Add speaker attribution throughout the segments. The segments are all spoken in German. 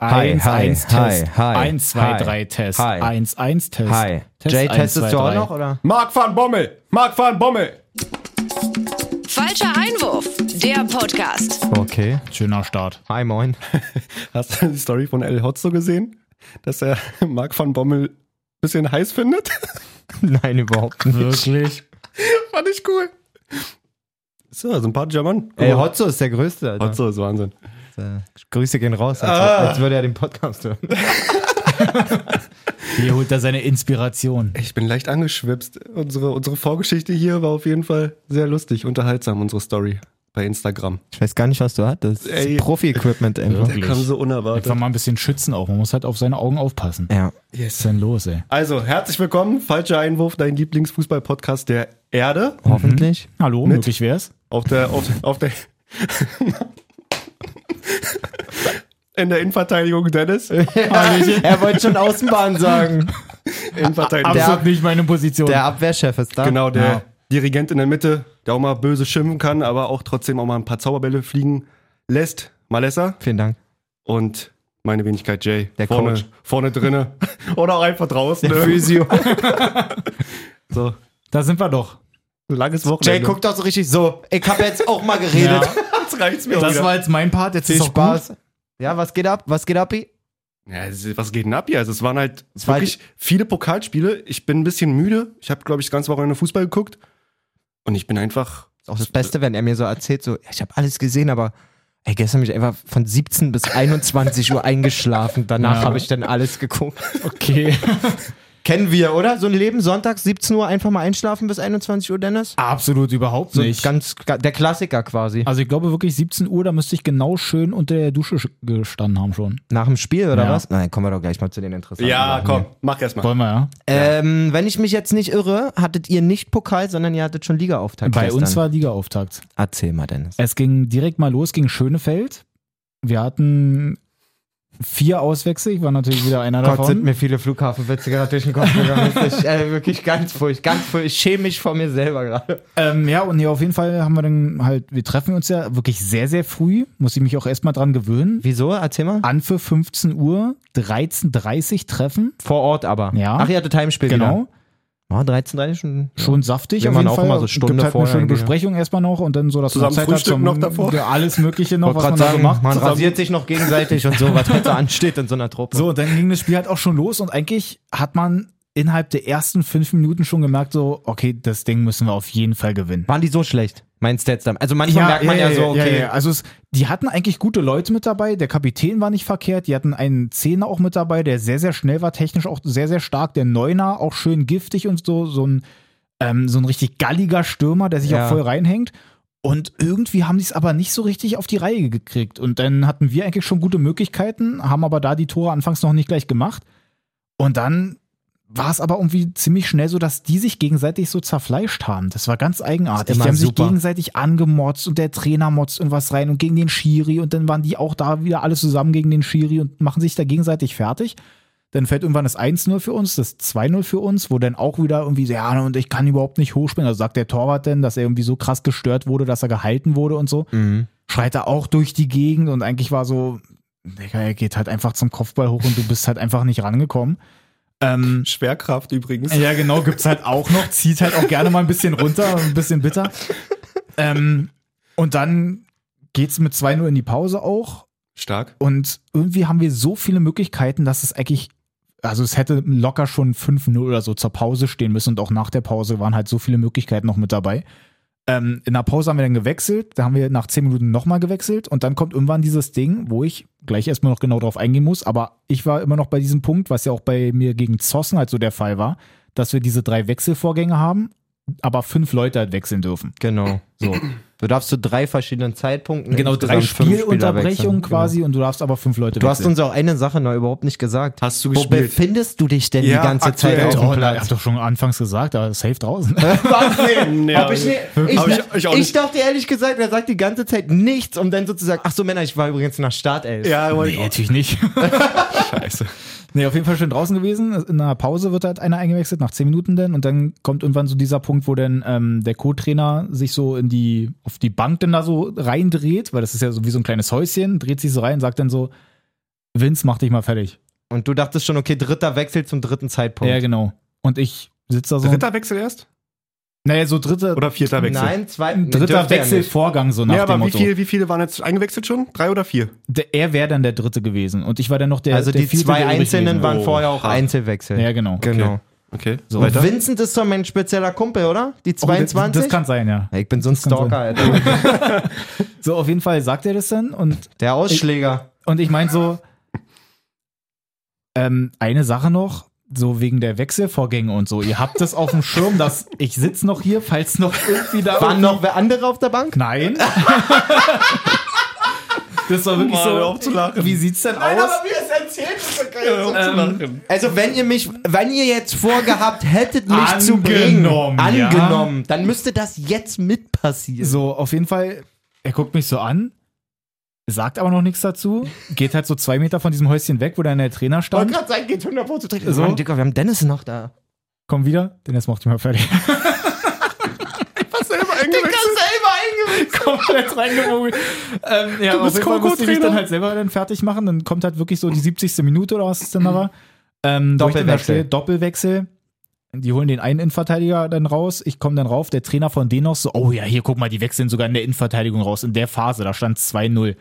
Speaker 1: Hi,
Speaker 2: 1,
Speaker 1: hi,
Speaker 2: 1
Speaker 1: hi,
Speaker 2: Test.
Speaker 1: hi,
Speaker 2: 1, 2,
Speaker 1: hi,
Speaker 2: drei Test.
Speaker 1: hi.
Speaker 2: 1, 1 Test.
Speaker 1: Hi.
Speaker 2: Test
Speaker 1: Jay,
Speaker 2: 1,
Speaker 1: testest
Speaker 2: 2,
Speaker 1: du auch
Speaker 2: 3.
Speaker 1: noch, oder?
Speaker 3: Mark van Bommel! Mark van Bommel!
Speaker 4: Falscher Einwurf, der Podcast.
Speaker 1: Okay.
Speaker 2: Schöner Start.
Speaker 1: Hi, moin.
Speaker 3: Hast du die Story von El Hotzo gesehen? Dass er Mark van Bommel ein bisschen heiß findet?
Speaker 1: Nein, überhaupt nicht.
Speaker 2: Wirklich?
Speaker 3: Fand ich cool. So, sympathischer Mann.
Speaker 1: Ey, Hotzo ist der Größte. Alter.
Speaker 3: Oh, Hotzo ist Wahnsinn.
Speaker 1: Äh, Grüße gehen raus, als, als würde er den Podcast hören.
Speaker 2: Hier holt er seine Inspiration.
Speaker 3: Ich bin leicht angeschwipst. Unsere, unsere Vorgeschichte hier war auf jeden Fall sehr lustig, unterhaltsam, unsere Story bei Instagram.
Speaker 1: Ich weiß gar nicht, was du hattest. Das
Speaker 3: Ey.
Speaker 1: ist Profi-Equipment einfach.
Speaker 3: Der kam so unerwartet.
Speaker 2: Einfach mal ein bisschen schützen auch. Man muss halt auf seine Augen aufpassen.
Speaker 1: Ja.
Speaker 2: Was ist denn los, ey?
Speaker 3: Also, herzlich willkommen. Falscher Einwurf, dein Lieblingsfußball-Podcast der Erde.
Speaker 1: Hoffentlich.
Speaker 2: Hallo, möglich wär's?
Speaker 3: Auf der, auf, auf der. In der Innenverteidigung, Dennis.
Speaker 1: er wollte schon Außenbahn sagen.
Speaker 3: Innenverteidigung.
Speaker 1: Der-
Speaker 2: Absolut nicht meine Position.
Speaker 1: Der Abwehrchef ist da.
Speaker 3: genau, der
Speaker 2: Ja.
Speaker 3: Dirigent in der Mitte, der auch mal böse schimpfen kann, aber auch trotzdem auch mal ein paar Zauberbälle fliegen lässt. Malessa
Speaker 1: Vielen Dank.
Speaker 3: und meine Wenigkeit Jay.
Speaker 1: Der
Speaker 3: vorne,
Speaker 1: Coach.
Speaker 3: vorne drinne. Oder auch einfach draußen. Ne?
Speaker 1: Physio.
Speaker 3: So,
Speaker 2: Da sind wir doch.
Speaker 3: langes
Speaker 1: Jay
Speaker 3: Wochenende.
Speaker 1: guckt auch so richtig so. Ich hab jetzt auch mal
Speaker 2: Ja,
Speaker 1: geredet.
Speaker 3: das reicht's mir
Speaker 2: das
Speaker 3: wieder.
Speaker 2: war jetzt mein Part. Jetzt
Speaker 1: Viel
Speaker 2: ist auch
Speaker 1: Spaß. Ja, was geht ab? Was geht ab? I?
Speaker 3: Ja, es ist- was geht denn ab hier? Also es waren halt
Speaker 1: Es war
Speaker 3: wirklich viele Pokalspiele. Ich bin ein bisschen müde. Ich habe, glaube ich, das ganze Wochenende Fußball geguckt. Und ich bin einfach.
Speaker 1: Ist auch das Beste, wenn er mir so erzählt, so, ja, ich habe alles gesehen, aber ey, gestern bin ich einfach von 17 bis 21 Uhr eingeschlafen. Danach
Speaker 2: Ja.
Speaker 1: habe ich dann alles geguckt.
Speaker 2: Gut. Okay.
Speaker 1: Kennen wir, oder? So ein Leben sonntags 17 Uhr einfach mal einschlafen bis 21 Uhr, Dennis?
Speaker 2: Absolut überhaupt
Speaker 1: So
Speaker 2: nicht.
Speaker 1: ganz ga- der Klassiker quasi.
Speaker 2: Also ich glaube wirklich 17 Uhr, da müsste ich genau schön unter der Dusche sch- gestanden haben schon.
Speaker 1: Nach dem Spiel oder
Speaker 2: Ja.
Speaker 1: was? Nein, kommen wir doch gleich mal zu den interessanten. Sachen hier.
Speaker 3: mach erst mal.
Speaker 2: Wollen wir, ja?
Speaker 1: Ähm, wenn ich mich jetzt nicht irre, hattet ihr nicht Pokal, sondern ihr hattet schon Ligaauftakt.
Speaker 2: Bei
Speaker 1: gestern.
Speaker 2: uns war Ligaauftakt.
Speaker 1: Erzähl mal, Dennis.
Speaker 2: Es ging direkt mal los gegen Schönefeld. Wir hatten vier Auswechsel. Ich war natürlich wieder einer
Speaker 1: Gott, sind
Speaker 2: davon.
Speaker 1: mir viele Flughafenwitze gerade durch den Kopf gegangen. Das ist äh, wirklich ganz furcht, ganz furcht. Ich schäme mich vor mir selber gerade.
Speaker 2: Ähm, ja, und hier auf jeden Fall haben wir dann halt, wir treffen uns ja wirklich sehr, sehr früh. Muss ich mich auch erstmal dran gewöhnen.
Speaker 1: Wieso? Erzähl mal.
Speaker 2: An für 15 Uhr, 13.30 treffen.
Speaker 1: Vor Ort aber.
Speaker 2: Ja.
Speaker 1: Ach, ihr hattet Heimspiel
Speaker 2: Genau.
Speaker 1: wieder. Oh, 13, 30 schon.
Speaker 2: Schon saftig.
Speaker 1: Wir
Speaker 2: auf
Speaker 1: machen
Speaker 2: jeden
Speaker 1: auch
Speaker 2: Fall.
Speaker 1: immer so Stunde
Speaker 2: Gibt halt eine
Speaker 1: vorher
Speaker 2: schöne
Speaker 1: eigentlich, ja.
Speaker 2: Besprechung erstmal noch und dann so, dass
Speaker 3: Zusammen
Speaker 2: man Zeit hat
Speaker 3: Frühstück
Speaker 2: zum-
Speaker 3: noch davor.
Speaker 2: Ja, alles Mögliche noch,
Speaker 1: Wollte
Speaker 2: was man
Speaker 1: gerade
Speaker 2: da so
Speaker 1: sagen,
Speaker 2: macht.
Speaker 1: man
Speaker 3: Zusammen-
Speaker 1: rasiert sich noch gegenseitig und so, was halt so ansteht in so einer Truppe.
Speaker 2: So, und dann ging das Spiel halt auch schon los und eigentlich hat man innerhalb der ersten fünf Minuten schon gemerkt, so, okay, das Ding müssen wir auf jeden Fall gewinnen.
Speaker 1: Waren die so schlecht? Mein Stats dann. Also manchmal merkt man ja, so, okay.
Speaker 2: ja. Also es, die hatten eigentlich gute Leute mit dabei, der Kapitän war nicht verkehrt, die hatten einen Zehner auch mit dabei, der sehr, sehr schnell war, technisch auch sehr, sehr stark, der Neuner auch schön giftig und so, so ein, ähm, so ein richtig galliger Stürmer, der sich
Speaker 1: Ja.
Speaker 2: auch voll reinhängt. Und irgendwie haben die es aber nicht so richtig auf die Reihe gekriegt. Und dann hatten wir eigentlich schon gute Möglichkeiten, haben aber da die Tore anfangs noch nicht gleich gemacht. Und dann war es aber irgendwie ziemlich schnell so, dass die sich gegenseitig so zerfleischt haben. Das war ganz eigenartig.
Speaker 1: immer
Speaker 2: Die haben
Speaker 1: super.
Speaker 2: sich gegenseitig angemotzt und der Trainer motzt irgendwas rein und gegen den Schiri und dann waren die auch da wieder alles zusammen gegen den Schiri und machen sich da gegenseitig fertig. Dann fällt irgendwann das 1-0 für uns, das 2-0 für uns, wo dann auch wieder irgendwie, so, ja, und ich kann überhaupt nicht hochspringen. Also sagt der Torwart denn, dass er irgendwie so krass gestört wurde, dass er gehalten wurde und so.
Speaker 1: Mhm,
Speaker 2: Schreit er auch durch die Gegend und eigentlich war so, Digga, er geht halt einfach zum Kopfball hoch und du bist halt einfach nicht rangekommen. Ähm,
Speaker 3: Schwerkraft übrigens.
Speaker 2: ja, genau, gibt's halt auch noch. Zieht halt auch gerne mal ein bisschen runter, ein bisschen bitter. Ähm, und dann geht's mit 2-0 in die Pause auch.
Speaker 3: Stark.
Speaker 2: Und irgendwie haben wir so viele Möglichkeiten, dass es eigentlich, also es hätte locker schon 5-0 oder so zur Pause stehen müssen und auch nach der Pause waren halt so viele Möglichkeiten noch mit dabei. Ähm, in der Pause haben wir dann gewechselt, da haben wir nach 10 Minuten nochmal gewechselt und dann kommt irgendwann dieses Ding, wo ich gleich erstmal noch genau drauf eingehen muss, aber ich war immer noch bei diesem Punkt, was ja auch bei mir gegen Zossen halt so der Fall war, dass wir diese drei Wechselvorgänge haben, aber fünf Leute halt wechseln dürfen.
Speaker 1: Genau. So. Du darfst zu drei verschiedenen Zeitpunkten.
Speaker 2: Genau, drei
Speaker 1: insgesamt fünf Spieler
Speaker 2: Spielunterbrechungen
Speaker 1: wechseln.
Speaker 2: quasi und du darfst aber fünf Leute
Speaker 1: Du hast
Speaker 2: wechseln.
Speaker 1: uns auch eine Sache noch überhaupt nicht gesagt.
Speaker 3: Hast du
Speaker 1: Wo
Speaker 3: gespielt?
Speaker 1: befindest du dich denn
Speaker 3: Ja,
Speaker 1: die ganze Zeit
Speaker 3: aktuell.
Speaker 1: auf dem
Speaker 2: Oh, na, ich hab
Speaker 1: Platz?
Speaker 2: doch schon anfangs gesagt, aber safe draußen.
Speaker 3: Nee, also-
Speaker 1: Hab ich, nicht, ich,
Speaker 3: Hab
Speaker 1: ich,
Speaker 3: ich- ich auch nicht.
Speaker 1: dachte ehrlich gesagt, er sagt die ganze Zeit nichts, um dann sozusagen, ach so Männer, ich war übrigens nach Startelf.
Speaker 3: Ja, wollte ich auch.
Speaker 2: natürlich nicht.
Speaker 3: Scheiße.
Speaker 2: Nee, auf jeden Fall schön draußen gewesen. In einer Pause wird halt einer eingewechselt, nach zehn Minuten dann. Und dann kommt irgendwann so dieser Punkt, wo dann ähm, der Co-Trainer sich so in die, auf die Bank dann da so reindreht, weil das ist ja so wie so ein kleines Häuschen, dreht sich so rein, sagt dann so, Vince, mach dich mal fertig.
Speaker 1: Und du dachtest schon, okay, dritter Wechsel zum dritten Zeitpunkt.
Speaker 2: Ja, genau. Und ich sitze da so.
Speaker 3: Dritter Wechsel erst?
Speaker 2: naja, so dritte,
Speaker 3: Oder vierter Wechsel?
Speaker 1: Nein, zwei, nee,
Speaker 2: genau. dritter
Speaker 1: dürfte er nicht.
Speaker 2: Wechselvorgang, so nach
Speaker 3: Nee, aber
Speaker 2: dem
Speaker 3: wie,
Speaker 2: Motto.
Speaker 3: viel, wie viele waren jetzt eingewechselt schon? Drei oder vier?
Speaker 2: Der, er wäre dann der dritte gewesen. Und ich war dann noch der.
Speaker 1: Also
Speaker 2: der
Speaker 1: die
Speaker 2: vierte,
Speaker 1: zwei
Speaker 2: der übrig
Speaker 1: Einzelnen
Speaker 2: gewesen
Speaker 1: waren
Speaker 3: Oh,
Speaker 1: vorher auch
Speaker 3: ha.
Speaker 2: war.
Speaker 1: Einzelwechsel.
Speaker 2: Ja, genau.
Speaker 1: Genau.
Speaker 3: Okay.
Speaker 2: So.
Speaker 1: Und
Speaker 3: Weiter.
Speaker 1: Vincent ist doch mein spezieller Kumpel, oder? Die
Speaker 2: Oh, das-
Speaker 1: 22?
Speaker 2: Das kann sein, ja.
Speaker 1: Ja, ich bin so ein
Speaker 2: kann
Speaker 1: Stalker, Alter.
Speaker 2: So, auf jeden Fall sagt er das dann und,
Speaker 1: Der Ausschläger.
Speaker 2: und ich meine so, ähm, eine Sache noch, so wegen der Wechselvorgänge und so. Ihr habt das auf dem Schirm, dass ich sitze noch hier, falls noch irgendwie da.
Speaker 1: Waren noch wer andere auf der Bank?
Speaker 2: Nein. das war wirklich
Speaker 3: Mann,
Speaker 2: so.
Speaker 3: hör auf zu lachen.
Speaker 2: Wie sieht's denn aus?
Speaker 1: wie es erzählt ist,
Speaker 3: Ähm,
Speaker 1: Also wenn ihr mich, wenn ihr jetzt vorgehabt hättet, mich zu bringen,
Speaker 2: Angenommen, ja.
Speaker 1: angenommen, dann müsste das jetzt mit passieren.
Speaker 2: So, auf jeden Fall, er guckt mich so an, sagt aber noch nichts dazu, geht halt so zwei Meter von diesem Häuschen weg, wo dann der Trainer stand,
Speaker 1: gerade sagen, geht 100 zu treten.
Speaker 2: So.
Speaker 1: So. Mann, Dicker, wir haben Dennis noch da.
Speaker 2: kommt wieder, Dennis macht ihn mal fertig.
Speaker 3: Was selber eingewechselt?
Speaker 1: selber
Speaker 2: Komplett reingebogen. Ähm, ja,
Speaker 3: Du
Speaker 2: auf
Speaker 3: bist
Speaker 2: jeden Fall musste ich mich
Speaker 3: Coco-Trainer.
Speaker 2: dann halt selber dann fertig machen, dann kommt halt wirklich so die 70. Minute oder was es denn da war. Ähm, wo ich dann da
Speaker 1: Doppelwechsel.
Speaker 2: stehe, Doppelwechsel. Die holen den einen Innenverteidiger dann raus, ich komme dann rauf, der Trainer von denen noch so, oh ja, hier guck mal, die wechseln sogar in der Innenverteidigung raus, in der Phase, da stand 2-0.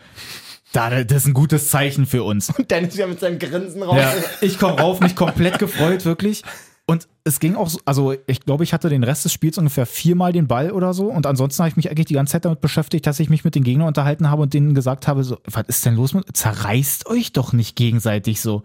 Speaker 2: Da, das ist ein gutes Zeichen für uns.
Speaker 1: Dennis wieder mit seinem Grinsen raus.
Speaker 2: Ja, ich komme rauf, mich komplett gefreut, wirklich. Und es ging auch so, also ich glaube, ich hatte den Rest des Spiels ungefähr viermal den Ball oder so. Und ansonsten habe ich mich eigentlich die ganze Zeit damit beschäftigt, dass ich mich mit den Gegnern unterhalten habe und denen gesagt habe: so, was ist denn los mit? Zerreißt euch doch nicht gegenseitig so.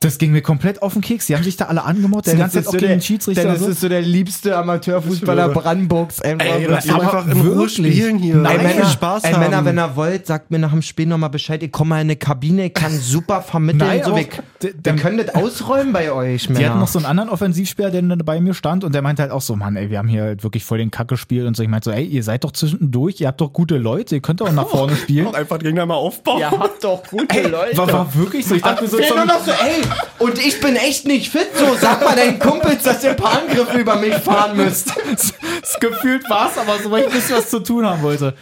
Speaker 2: Das ging mir komplett auf den Keks. Die haben sich da alle angemotzt, die
Speaker 1: Dennis
Speaker 2: ganze Zeit
Speaker 1: ist
Speaker 2: auch
Speaker 1: so
Speaker 2: gegen den
Speaker 1: der-
Speaker 2: Schiedsrichter. und
Speaker 1: Dennis
Speaker 2: So.
Speaker 1: ist so der liebste Amateurfußballer
Speaker 3: Ich schwöre.
Speaker 1: Brandenburgs. einfach.
Speaker 3: Ey, lass ihn
Speaker 2: aber
Speaker 3: einfach in Ruhe
Speaker 2: wirklich.
Speaker 3: spielen hier.
Speaker 2: Nein,
Speaker 1: Ey,
Speaker 3: Lass ihn
Speaker 1: Männer,
Speaker 3: Spaß
Speaker 1: ey,
Speaker 3: haben.
Speaker 1: Männer, wenn ihr wollt, sagt mir nach dem Spiel nochmal Bescheid. Ich komme mal in eine Kabine, ich kann super vermitteln.
Speaker 2: Nein,
Speaker 1: so,
Speaker 2: auch-
Speaker 1: wir,
Speaker 2: d-
Speaker 1: wir können das ausräumen bei euch, Männer.
Speaker 2: Die hatten noch so einen anderen Offensivspieler, der dann bei mir stand und der meinte halt auch so, Mann, ey, wir haben hier halt wirklich voll den Kack gespielt und so. Ich meinte so, ey, ihr seid doch zwischendurch, ihr habt doch gute Leute, ihr könnt doch auch nach vorne spielen.
Speaker 3: Auch einfach den Gegner mal aufbauen.
Speaker 1: habt doch gute
Speaker 2: War, war wirklich so. Ich dachte so,
Speaker 1: Fehlt
Speaker 2: so
Speaker 1: nur noch so, ey, und ich bin echt nicht fit, so sag mal deinen Kumpels, dass ihr ein paar Angriffe über mich fahren müsst.
Speaker 2: das gefühlt war es, aber so, weil ich nicht was zu tun haben wollte.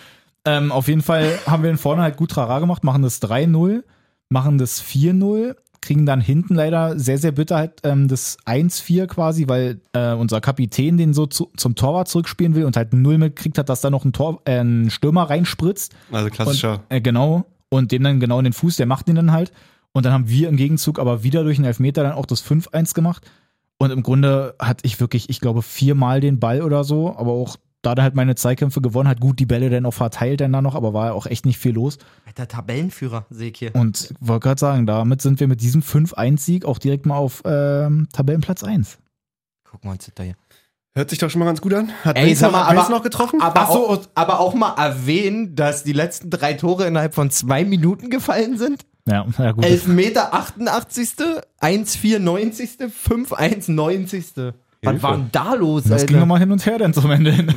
Speaker 2: Ähm, auf jeden Fall haben wir in vorne halt gut Trara gemacht, machen das 3-0, machen das 4-0, kriegen dann hinten leider sehr, sehr bitter halt ähm, das 1-4 quasi, weil äh, unser Kapitän den so zu, zum Torwart zurückspielen will und halt null mitkriegt hat, dass da noch ein, Tor, äh, ein Stürmer reinspritzt.
Speaker 3: Also
Speaker 2: Und,
Speaker 3: klassischer.
Speaker 2: äh, genau. Und dem dann genau in den Fuß, der macht den dann halt. Und dann haben wir im Gegenzug aber wieder durch einen Elfmeter dann auch das 5-1 gemacht. Und im Grunde hatte ich wirklich, ich glaube, viermal den Ball oder so, aber auch da dann halt meine Zweikämpfe gewonnen hat, gut die Bälle dann auch verteilt dann da noch, aber war ja auch echt nicht viel los.
Speaker 1: Alter, Tabellenführer, sehe ich hier.
Speaker 2: Und wollte gerade sagen, damit sind wir mit diesem 5-1-Sieg auch direkt mal auf ähm, Tabellenplatz 1.
Speaker 1: Guck mal, uns da hier.
Speaker 3: Hört sich doch schon mal ganz gut an. Hat
Speaker 1: Ey,
Speaker 3: Vince
Speaker 1: sag mal,
Speaker 3: noch, Vince
Speaker 1: aber-
Speaker 3: noch getroffen?
Speaker 1: Aber,
Speaker 2: Ach so,
Speaker 1: auch, aber auch mal erwähnen, dass die letzten drei Tore innerhalb von zwei Minuten gefallen sind.
Speaker 2: Ja, ja gut.
Speaker 1: 11 Meter 88. 1,4 90. 5,1 90. Was
Speaker 3: Hilfe.
Speaker 1: war denn da los,
Speaker 2: das ging
Speaker 1: Alter?
Speaker 2: nochmal hin und her dann zum Ende hin.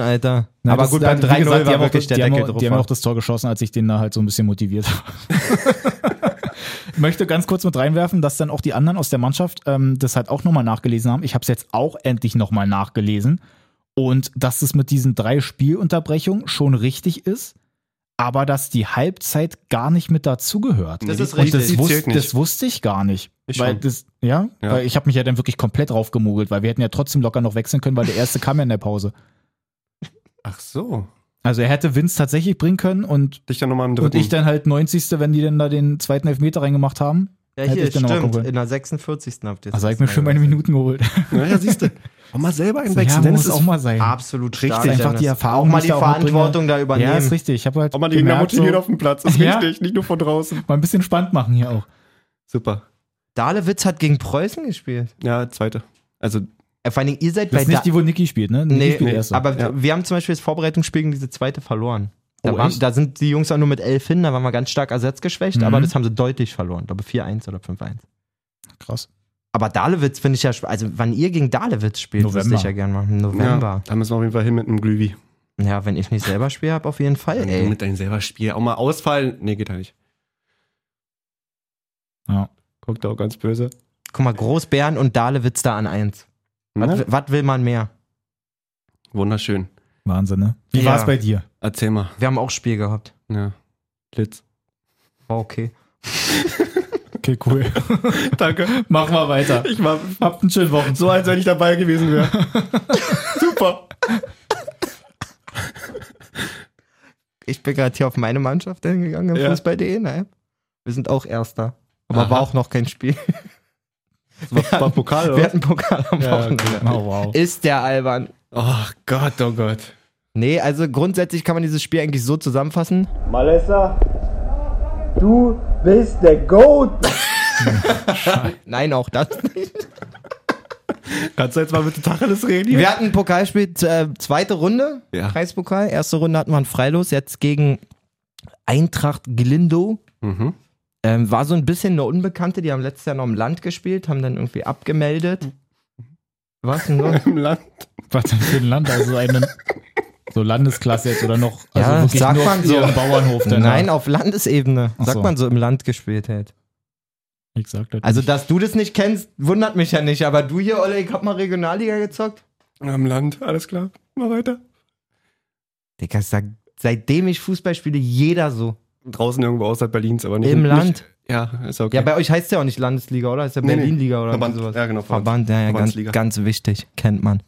Speaker 1: Alter.
Speaker 2: Na,
Speaker 1: aber
Speaker 2: das-
Speaker 1: gut,
Speaker 2: da-
Speaker 1: beim
Speaker 2: wie
Speaker 1: 3-0
Speaker 2: gesagt, die
Speaker 1: war
Speaker 2: haben auch das-
Speaker 1: wirklich der
Speaker 2: die haben
Speaker 1: Deckel
Speaker 2: auch-
Speaker 1: drauf.
Speaker 2: Die haben auch das Tor geschossen, als ich den da halt so ein bisschen motiviert habe. ich möchte ganz kurz mit reinwerfen, dass dann auch die anderen aus der Mannschaft ähm, das halt auch nochmal nachgelesen haben. Ich habe es jetzt auch endlich nochmal nachgelesen. Und dass es mit diesen drei Spielunterbrechungen schon richtig ist, aber dass die Halbzeit gar nicht mit dazugehört.
Speaker 1: Das ist
Speaker 3: die-
Speaker 2: Und
Speaker 1: richtig.
Speaker 2: das,
Speaker 3: Die
Speaker 2: wus
Speaker 3: zählt nicht.
Speaker 2: das wusste ich gar nicht.
Speaker 3: Ich
Speaker 2: weil
Speaker 3: schon.
Speaker 2: das, ja,
Speaker 3: Ja.
Speaker 2: weil ich habe mich ja dann wirklich komplett draufgemogelt, weil wir hätten ja trotzdem locker noch wechseln können, weil der erste kam ja in der Pause.
Speaker 3: Ach so.
Speaker 2: Also er hätte Vince tatsächlich bringen können und,
Speaker 3: Dich dann nochmal im
Speaker 2: und
Speaker 3: dritten.
Speaker 2: ich dann halt 90. wenn die denn da den zweiten Elfmeter reingemacht haben.
Speaker 1: Ja,
Speaker 2: Hätte
Speaker 1: hier,
Speaker 2: ich dann noch mal
Speaker 1: stimmt.
Speaker 2: gucken.
Speaker 1: In der 46. habt ihr
Speaker 2: Also habe ich mir schön meine Minuten geholt.
Speaker 3: Na ja, siehst du. Auch mal selber
Speaker 2: ja,
Speaker 3: einwechseln.
Speaker 2: muss auch mal sein.
Speaker 1: Absolut
Speaker 3: Richtig,
Speaker 1: stark,
Speaker 2: einfach
Speaker 1: Dennis.
Speaker 2: die Erfahrung,
Speaker 1: Auch mal
Speaker 2: die
Speaker 1: die
Speaker 2: ich da auch
Speaker 1: Verantwortung da übernehmen.
Speaker 2: Ja, ist richtig. Ich habe halt
Speaker 3: auch mal die Gegner
Speaker 2: gemerkt, so,
Speaker 3: motivieren auf
Speaker 2: mal
Speaker 3: dem Platz. Das ist
Speaker 2: Ja.
Speaker 3: wichtig. Nicht nur von draußen.
Speaker 2: ein bisschen spannend machen hier auch.
Speaker 3: Super.
Speaker 1: Dahlewitz hat gegen Preußen gespielt.
Speaker 3: Ja, zweite. Also,
Speaker 1: Äh, Vor allen Dingen, ihr seid
Speaker 2: Das
Speaker 1: bei
Speaker 2: ist nicht die, wo Niki spielt, ne? Niki
Speaker 1: Nee,
Speaker 2: spielt
Speaker 1: nee,
Speaker 2: erste.
Speaker 1: aber
Speaker 3: Ja.
Speaker 1: wir haben zum Beispiel das Vorbereitungsspiel gegen diese zweite verloren. Da,
Speaker 2: Oh,
Speaker 1: waren,
Speaker 2: echt?
Speaker 1: da sind die Jungs auch nur mit elf hin, da waren wir ganz stark ersatzgeschwächt,
Speaker 2: Mhm.
Speaker 1: aber das haben sie deutlich verloren. Ich glaube 4-1 oder 5-1.
Speaker 2: Krass.
Speaker 1: Aber Dalewitz finde ich ja, sp- also wann ihr gegen Dalewitz spielt, das würde ich
Speaker 2: November.
Speaker 1: ja gerne machen. November.
Speaker 3: Ja, da müssen wir auf jeden Fall hin mit einem Glühwi.
Speaker 1: Ja. wenn ich nicht selber spiele, habe auf jeden Fall,
Speaker 3: Ey.
Speaker 1: ey.
Speaker 3: Mit deinem selber Spiel. Auch mal ausfallen. Nee, geht ja nicht.
Speaker 2: Ja.
Speaker 3: Guckt auch ganz böse.
Speaker 1: Guck mal, Großbären und Dalewitz da an eins. Was,
Speaker 3: Na?
Speaker 1: was will man mehr?
Speaker 3: Ne? Wunderschön.
Speaker 2: Wahnsinn, ne? Wie
Speaker 1: Ja.
Speaker 2: war es bei dir?
Speaker 3: Erzähl mal.
Speaker 1: Wir haben auch Spiel gehabt.
Speaker 3: Ja. Blitz.
Speaker 1: War okay.
Speaker 2: Okay, cool.
Speaker 3: Danke.
Speaker 2: Machen wir weiter.
Speaker 3: Ich war
Speaker 2: Habt einen schönen Wochen.
Speaker 3: so, als wenn ich dabei gewesen wäre. Super.
Speaker 1: Ich bin gerade hier auf meine Mannschaft hingegangen,
Speaker 3: Ja.
Speaker 1: Fußball.de, ne? Wir sind auch Erster. Aber war auch noch kein Spiel.
Speaker 3: Das war, war Pokal,
Speaker 1: Wir hatten Pokal am
Speaker 3: Ja,
Speaker 1: Wochenende.
Speaker 2: Oh, wow.
Speaker 1: Ist der albern.
Speaker 3: Oh Gott, oh Gott.
Speaker 1: Nee, also grundsätzlich kann man dieses Spiel eigentlich so zusammenfassen.
Speaker 5: Malessa, du bist der Goat.
Speaker 1: Nein, auch das.
Speaker 3: Kannst du jetzt mal mit Tacheles reden hier?
Speaker 1: Wir hatten ein Pokalspiel, äh, zweite Runde,
Speaker 3: Ja.
Speaker 1: Kreispokal. Erste Runde hatten wir ein Freilos, jetzt gegen Eintracht Glindo.
Speaker 3: Mhm.
Speaker 1: Ähm, war so ein bisschen eine Unbekannte, die haben letztes Jahr noch im Land gespielt, haben dann irgendwie abgemeldet. Was denn so?
Speaker 3: Im Land.
Speaker 2: Was denn für ein Land? Also eine so Landesklasse jetzt oder noch? Also
Speaker 1: Ja,
Speaker 2: wirklich
Speaker 1: sagt
Speaker 2: nur
Speaker 1: man so.
Speaker 2: auf Bauernhof. danach.
Speaker 1: Nein, auf Landesebene.
Speaker 2: Ach
Speaker 1: Sagt
Speaker 2: so.
Speaker 1: man so, im Land gespielt hätte.
Speaker 2: Ich sag das
Speaker 1: Also,
Speaker 2: nicht.
Speaker 1: dass du das nicht kennst, wundert mich ja nicht. Aber du hier, Olle, ich hab mal Regionalliga gezockt.
Speaker 3: Im Land, alles klar. Mal weiter.
Speaker 1: Digga, ich sag, seitdem ich Fußball spiele, jeder so.
Speaker 3: Draußen irgendwo außerhalb Berlins, aber nicht.
Speaker 1: Im
Speaker 3: nicht,
Speaker 1: Land.
Speaker 3: Ja, ist okay.
Speaker 1: Ja, bei euch heißt ja auch nicht Landesliga, oder? Ist ja
Speaker 3: Nee, nee.
Speaker 1: Berlinliga oder
Speaker 3: Verband.
Speaker 1: irgendwie sowas.
Speaker 3: Ja, genau, Verband.
Speaker 1: Verband, ja, ja ganz,
Speaker 3: Verbandsliga.
Speaker 1: ganz wichtig. Kennt man.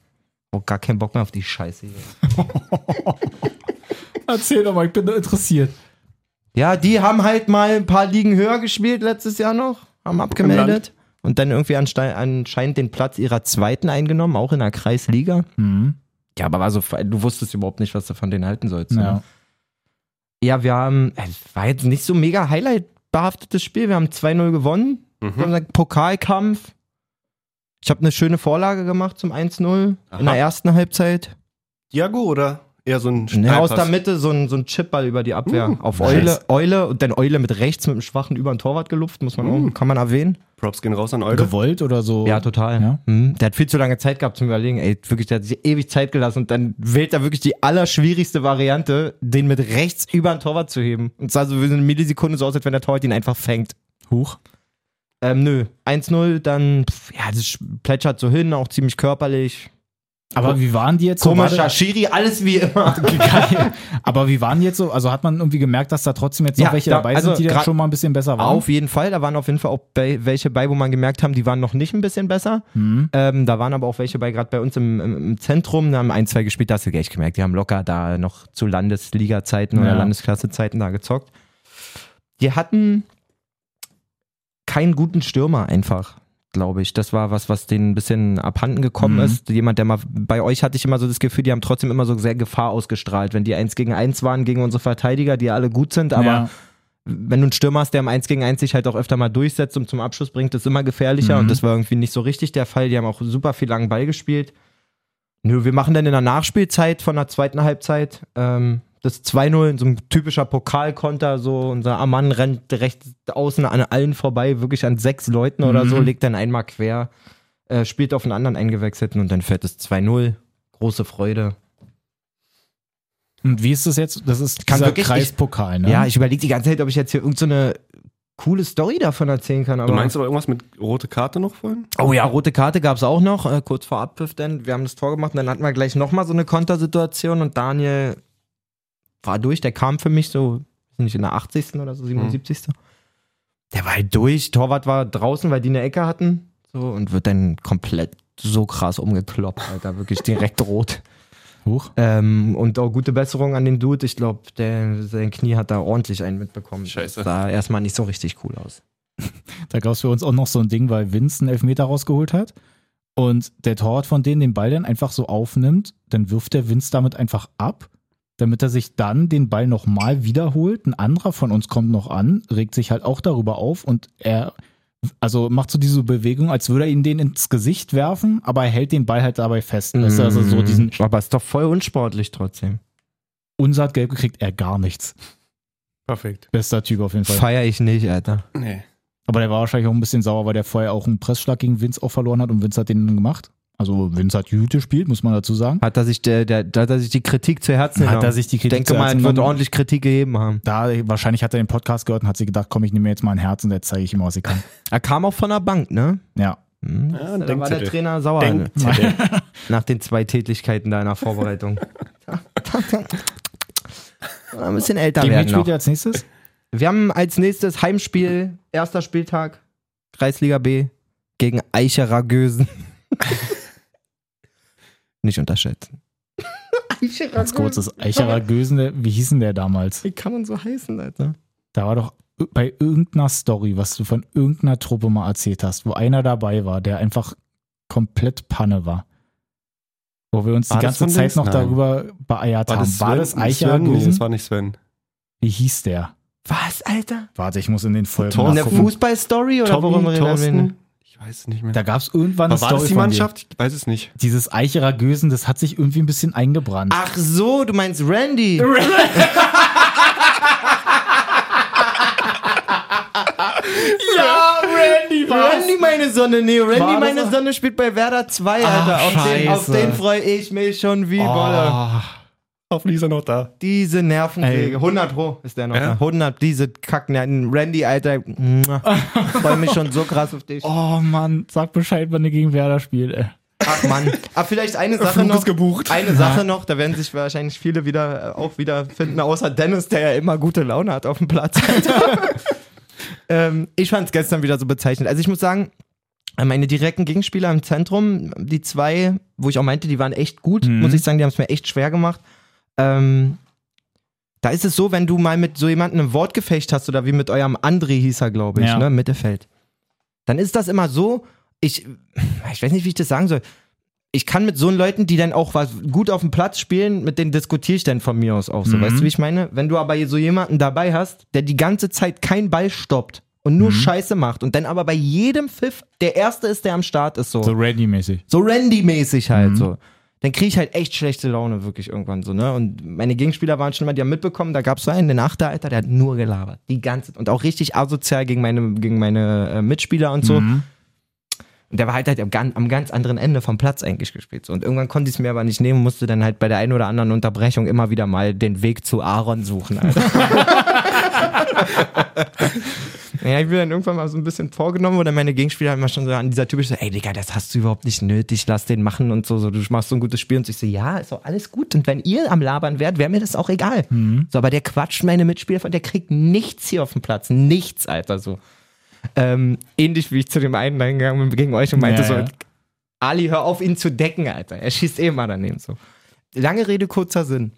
Speaker 1: Oh, gar keinen Bock mehr auf die Scheiße hier.
Speaker 2: Erzähl doch mal, ich bin nur interessiert.
Speaker 1: Ja, die haben halt mal ein paar Ligen höher gespielt letztes Jahr noch, haben abgemeldet und dann irgendwie anste- anscheinend den Platz ihrer zweiten eingenommen, auch in der Kreisliga.
Speaker 2: Mhm.
Speaker 1: Ja, aber war so, fe- du wusstest überhaupt nicht, was du von denen halten sollst.
Speaker 2: Ja.
Speaker 1: ne? ja wir haben, es war jetzt nicht so mega highlight-behaftetes Spiel. Wir haben 2-0 gewonnen.
Speaker 3: Mhm.
Speaker 1: Wir haben gesagt, Pokalkampf. Ich habe eine schöne Vorlage gemacht zum 1-0 in
Speaker 3: Aha.
Speaker 1: der ersten Halbzeit.
Speaker 3: Diago oder eher so ein
Speaker 1: Nee, aus der
Speaker 3: Steilpass?
Speaker 1: Mitte so ein, so ein Chipball über die Abwehr.
Speaker 3: Uh,
Speaker 1: auf
Speaker 3: nice.
Speaker 1: Eule, Eule und dann Eule mit rechts mit dem schwachen über den Torwart gelupft, muss man
Speaker 3: Uh.
Speaker 1: auch, kann man erwähnen.
Speaker 3: Props gehen raus an Eude.
Speaker 2: Gewollt oder so?
Speaker 1: Ja, total.
Speaker 2: Ja.
Speaker 1: Mhm. Der hat viel zu lange Zeit gehabt zum Überlegen. Ey, wirklich, der hat sich ewig Zeit gelassen und dann wählt er wirklich die allerschwierigste Variante, den mit rechts über den Torwart zu heben. Und zwar so wie so eine Millisekunde so aus, als wenn der Torwart ihn einfach fängt.
Speaker 2: Huch.
Speaker 1: Ähm, nö, 1-0, dann, pff, ja, das sch- plätschert so hin, auch ziemlich körperlich.
Speaker 2: Aber wie waren die jetzt so?
Speaker 1: Komischer
Speaker 2: Warte-
Speaker 1: Schiri, alles wie immer.
Speaker 2: Geil. Aber wie waren die jetzt so? Also hat man irgendwie gemerkt, dass da trotzdem jetzt noch
Speaker 1: Ja,
Speaker 2: welche
Speaker 1: da-
Speaker 2: dabei
Speaker 1: also
Speaker 2: sind, die dann
Speaker 1: grad-
Speaker 2: schon mal ein bisschen besser waren?
Speaker 1: Auf jeden Fall, da waren auf jeden Fall auch bei, welche bei, wo man gemerkt haben, die waren noch nicht ein bisschen besser.
Speaker 2: Hm.
Speaker 1: Ähm, da waren aber auch welche bei, gerade bei uns im, im, im Zentrum, da haben ein, zwei gespielt, da hast du gleich gemerkt, die haben locker da noch zu Landesliga-Zeiten oder
Speaker 2: Ja.
Speaker 1: Landesklasse-Zeiten da gezockt. Die hatten keinen guten Stürmer einfach, glaube ich. Das war was, was denen ein bisschen abhanden gekommen
Speaker 2: Mhm.
Speaker 1: ist. Jemand, der mal, bei euch hatte ich immer so das Gefühl, die haben trotzdem immer so sehr Gefahr ausgestrahlt, wenn die eins gegen eins waren gegen unsere Verteidiger, die alle gut sind, aber
Speaker 2: Ja.
Speaker 1: wenn du einen Stürmer hast, der im 1 gegen 1 sich halt auch öfter mal durchsetzt und zum Abschluss bringt, ist immer gefährlicher.
Speaker 2: Mhm.
Speaker 1: Und das war irgendwie nicht so richtig der Fall. Die haben auch super viel langen Ball gespielt. Nö, wir machen dann in der Nachspielzeit von der zweiten Halbzeit ähm, das 2-0 in so einem typischer Pokalkonter. So unser Amann rennt rechts außen an allen vorbei, wirklich an sechs Leuten oder
Speaker 2: Mhm.
Speaker 1: so, legt dann einmal quer, äh, spielt auf einen anderen Eingewechselten und dann fährt es 2-0. Große Freude.
Speaker 2: Und wie ist das jetzt? Das ist
Speaker 1: Kann
Speaker 2: dieser
Speaker 1: wirklich-
Speaker 2: Kreispokal, ne?
Speaker 1: Ja, ich überlege die ganze Zeit, ob ich jetzt hier irgendeine so eine coole Story davon erzählen kann. Aber
Speaker 3: Du meinst aber irgendwas mit rote Karte noch vorhin?
Speaker 1: Oh ja, rote Karte gab's auch noch, äh, kurz vor Abpfiff, denn wir haben das Tor gemacht und dann hatten wir gleich nochmal so eine Kontersituation und Daniel war durch, der kam für mich so, weiß nicht in der 80. oder so, 77. Der war halt durch, Torwart war draußen, weil die eine Ecke hatten so und wird dann komplett so krass umgekloppt, Alter, wirklich direkt rot.
Speaker 2: Huch.
Speaker 1: Ähm, und auch gute Besserung an den Dude, ich glaube, sein Knie hat da ordentlich einen mitbekommen.
Speaker 3: Scheiße.
Speaker 1: Das sah erstmal nicht so richtig cool aus.
Speaker 2: Da gab es für uns auch noch so ein Ding, weil Vince einen Elfmeter rausgeholt hat und der Torwart von denen den Ball dann einfach so aufnimmt, dann wirft der Vince damit einfach ab, damit er sich dann den Ball nochmal wiederholt. Ein anderer von uns kommt noch an, regt sich halt auch darüber auf und er also macht so diese Bewegung, als würde er ihn den ins Gesicht werfen, aber er hält den Ball halt dabei fest. Das ist also so
Speaker 1: Mhm.
Speaker 2: diesen
Speaker 1: Aber ist doch voll unsportlich trotzdem.
Speaker 2: Unser hat gelb gekriegt, er gar nichts.
Speaker 3: Perfekt.
Speaker 2: Bester Typ auf jeden Fall.
Speaker 1: Feier ich nicht, Alter.
Speaker 3: Nee.
Speaker 2: Aber der war wahrscheinlich auch ein bisschen sauer, weil der vorher auch einen Pressschlag gegen Vince auch verloren hat und Vince hat den gemacht. Also Vince hat Jute gespielt, muss man dazu sagen.
Speaker 1: Hat er sich, der, der, da hat er sich die Kritik zu Herzen
Speaker 2: Hat
Speaker 1: genommen.
Speaker 2: er sich die Kritik
Speaker 1: Denke
Speaker 2: zu
Speaker 1: mal,
Speaker 2: Herzen
Speaker 1: es wird
Speaker 2: genommen?
Speaker 1: ordentlich Kritik gegeben haben.
Speaker 2: Da wahrscheinlich hat er den Podcast gehört und hat sich gedacht, komm, ich nehme mir jetzt mal ein Herz und jetzt zeige ich ihm, was ich kann.
Speaker 1: Er kam auch von der Bank, ne?
Speaker 2: Ja.
Speaker 1: Hm.
Speaker 3: Ja,
Speaker 1: da war der
Speaker 3: Denkzettel.
Speaker 1: Trainer sauer. Ne?
Speaker 3: Denkzettel.
Speaker 1: Nach den zwei Tätigkeiten da in der Vorbereitung. ein bisschen älter werden
Speaker 2: Gegen wen spielt
Speaker 1: noch.
Speaker 2: er als nächstes?
Speaker 1: Wir haben als nächstes Heimspiel, erster Spieltag, Kreisliga B gegen Eicherer Gösen. Nicht unterschätzen.
Speaker 2: Ganz kurz, das Eicherer Gösen, der- wie hieß denn der damals?
Speaker 1: Wie kann man so heißen, Alter?
Speaker 2: Da war doch bei irgendeiner Story, was du von irgendeiner Truppe mal erzählt hast, wo einer dabei war, der einfach komplett Panne war. Wo wir uns
Speaker 3: War
Speaker 2: die ganze
Speaker 3: das von
Speaker 2: Zeit
Speaker 3: links?
Speaker 2: noch
Speaker 3: Nein.
Speaker 2: darüber beeiert haben. war das Eicherer
Speaker 3: Sven? Nee,
Speaker 2: Gösen?
Speaker 3: das war nicht Sven.
Speaker 2: wie hieß der?
Speaker 1: Was, Alter?
Speaker 2: Warte, ich muss in den Folgen
Speaker 3: Thorsten-
Speaker 1: In der
Speaker 2: nachgucken.
Speaker 1: Fußballstory oder worüber
Speaker 3: Torben,
Speaker 1: reden wir?
Speaker 3: Thorsten? Ich weiß es nicht mehr.
Speaker 2: Da gab es irgendwann
Speaker 3: Aber war das
Speaker 2: Story
Speaker 3: die
Speaker 2: von
Speaker 3: Mannschaft? Ich weiß es nicht.
Speaker 2: Dir. Dieses Eicherer Gösen, das hat sich irgendwie ein bisschen eingebrannt.
Speaker 1: Ach so, du meinst Randy.
Speaker 2: ja, Randy
Speaker 1: Randy meine Sonne, nee,
Speaker 2: War
Speaker 1: Randy
Speaker 2: das
Speaker 1: meine
Speaker 2: auch-
Speaker 1: Sonne spielt bei Werder 2, Alter. auf, den, auf
Speaker 2: Scheiße. Oh.
Speaker 1: den freue ich mich schon wie Bolle.
Speaker 3: Hoffentlich ist er noch da.
Speaker 1: Diese
Speaker 2: Ey.
Speaker 1: Nervenkriege. 100 pro ist der noch. da.
Speaker 3: Ja.
Speaker 1: 100, diese Kacknerven. Randy, Alter. freue mich schon so krass auf dich.
Speaker 2: Oh Mann, sag Bescheid, wann ihr gegen Werder spielt. Ey.
Speaker 1: Ach Mann. Aber Ah, vielleicht eine Sache
Speaker 3: Flug
Speaker 1: noch.
Speaker 3: ist gebucht.
Speaker 1: Eine Sache noch, da werden sich wahrscheinlich viele wieder äh, auch wieder finden, außer Dennis, der ja immer gute Laune hat auf dem Platz. ähm, ich fand es gestern wieder so bezeichnend. Also ich muss sagen, meine direkten Gegenspieler im Zentrum, die zwei, wo ich auch meinte, die waren echt gut, muss ich sagen, die haben es mir echt schwer gemacht. Ähm, da ist es so, wenn du mal mit so jemandem ein Wortgefecht hast oder wie mit eurem André hieß er, glaube ich,
Speaker 2: Ja.
Speaker 1: ne, Mittelfeld, dann ist das immer so, ich, ich weiß nicht, wie ich das sagen soll ich kann mit so Leuten, die dann auch was gut auf dem Platz spielen, mit denen diskutiere ich dann von mir aus auch so. Weißt du, wie ich meine? Wenn du aber so jemanden dabei hast, der die ganze Zeit keinen Ball stoppt und nur Scheiße macht und dann aber bei jedem Pfiff der Erste ist, der am Start ist, so.
Speaker 2: So
Speaker 1: So,
Speaker 2: Randy-mäßig.
Speaker 1: Randy-mäßig halt, so. Dann kriege ich halt echt schlechte Laune wirklich irgendwann so, ne? Und meine Gegenspieler waren schon immer, die haben mitbekommen, da gab es so einen, den Achter, Alter, der hat nur gelabert. Die ganze Und auch richtig asozial gegen meine, gegen meine äh, Mitspieler und so.
Speaker 2: Mhm.
Speaker 1: Und der war halt, halt am, gan- am ganz anderen Ende vom Platz eigentlich gespielt. So. Und irgendwann konnte ich es mir aber nicht nehmen, musste dann halt bei der einen oder anderen Unterbrechung immer wieder mal den Weg zu Aaron suchen. Alter. ja, ich bin dann irgendwann mal so ein bisschen vorgenommen, wo dann meine Gegenspieler immer schon so an dieser typische, ey Digga, das hast du überhaupt nicht nötig, lass den machen und so, so du machst so ein gutes Spiel. Und so, ich so, ja, ist doch alles gut. Und wenn ihr am Labern wärt, wäre mir das auch egal.
Speaker 2: Mhm.
Speaker 1: So, aber der quatscht meine Mitspieler, von- der kriegt nichts hier auf dem Platz. Nichts, Alter, so. Ähm, ähnlich wie ich zu dem einen dann gegangen bin gegen euch und meinte
Speaker 2: Ja,
Speaker 1: so,
Speaker 2: ja.
Speaker 1: Ali, hör auf, ihn zu decken, Alter. Er schießt eh mal daneben so. Lange Rede, kurzer Sinn.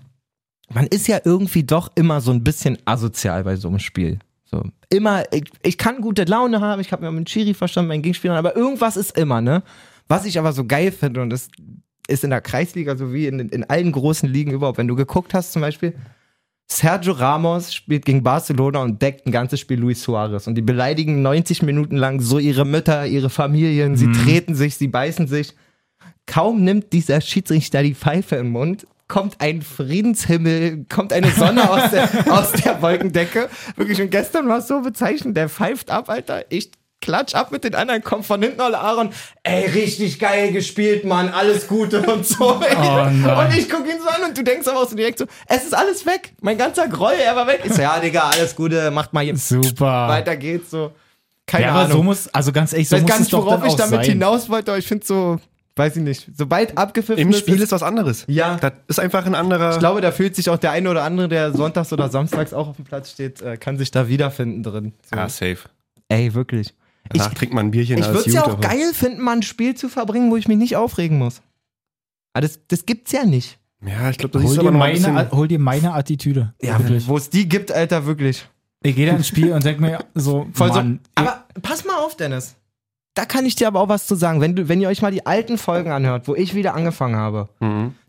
Speaker 1: Man ist ja irgendwie doch immer so ein bisschen asozial bei so einem Spiel. So. Immer, ich, ich kann gute Laune haben, ich habe mir mit Chiri verstanden, meinen Gegenspielern, aber irgendwas ist immer, ne? Was ich aber so geil finde, und das ist in der Kreisliga sowie in, in allen großen Ligen überhaupt, wenn du geguckt hast zum Beispiel, Sergio Ramos spielt gegen Barcelona und deckt ein ganzes Spiel Luis Suarez. Und die beleidigen 90 Minuten lang so ihre Mütter, ihre Familien, sie treten sich, sie beißen sich. Kaum nimmt dieser Schiedsrichter die Pfeife im Mund, kommt ein Friedenshimmel, kommt eine Sonne aus der, aus der Wolkendecke. Wirklich, und gestern war es so bezeichnend, der pfeift ab, Alter. Ich klatsch ab mit den anderen, komm von hinten alle Aaron. Ey, richtig geil gespielt, Mann, alles Gute und so.
Speaker 2: nein.
Speaker 1: und ich guck ihn so an und du denkst aber auch so direkt so, es ist alles weg. Mein ganzer Groll, er war weg. Ich so, ja, Digga, alles Gute, macht mal jetzt.
Speaker 2: Super.
Speaker 1: Weiter geht's so. Keine
Speaker 2: ja, aber
Speaker 1: Ahnung.
Speaker 2: so muss, also ganz ehrlich, so
Speaker 1: ich weiß
Speaker 2: muss
Speaker 1: gar
Speaker 2: es
Speaker 1: nicht,
Speaker 2: doch
Speaker 1: worauf
Speaker 2: dann
Speaker 1: ich
Speaker 2: auch
Speaker 1: damit
Speaker 2: sein.
Speaker 1: hinaus wollte, aber ich finde so, weiß ich nicht, sobald abgepfiffen
Speaker 3: Im
Speaker 1: ist,
Speaker 3: Spiel
Speaker 1: ist-
Speaker 3: ist was anderes.
Speaker 1: Ja.
Speaker 3: Das ist einfach ein anderer.
Speaker 1: ich glaube, da fühlt sich auch der eine oder andere, der sonntags oder samstags auch auf dem Platz steht, äh, kann sich da wiederfinden drin. So.
Speaker 3: ja, safe.
Speaker 1: Ey, wirklich. Ich,
Speaker 3: Danach trinkt man ein Bierchen.
Speaker 1: ich
Speaker 3: alles
Speaker 1: würde es ja
Speaker 3: gut,
Speaker 1: auch
Speaker 3: aber-
Speaker 1: geil finden, mal ein Spiel zu verbringen, wo ich mich nicht aufregen muss. Aber das, das gibt's ja nicht.
Speaker 3: Ja, ich glaube, das
Speaker 2: Hol
Speaker 3: ist
Speaker 2: dir,
Speaker 3: aber noch ein
Speaker 2: meine,
Speaker 3: bisschen.
Speaker 2: A- hol dir meine Attitüde. wirklich.
Speaker 1: wo es die gibt, Alter, wirklich.
Speaker 2: Ich gehe da ins Spiel und denk mir so,
Speaker 1: Voll
Speaker 2: Mann,
Speaker 1: so. Aber pass mal auf, Dennis. Da kann ich dir aber auch was zu sagen. Wenn, du, wenn ihr euch mal die alten Folgen anhört, wo ich wieder angefangen habe,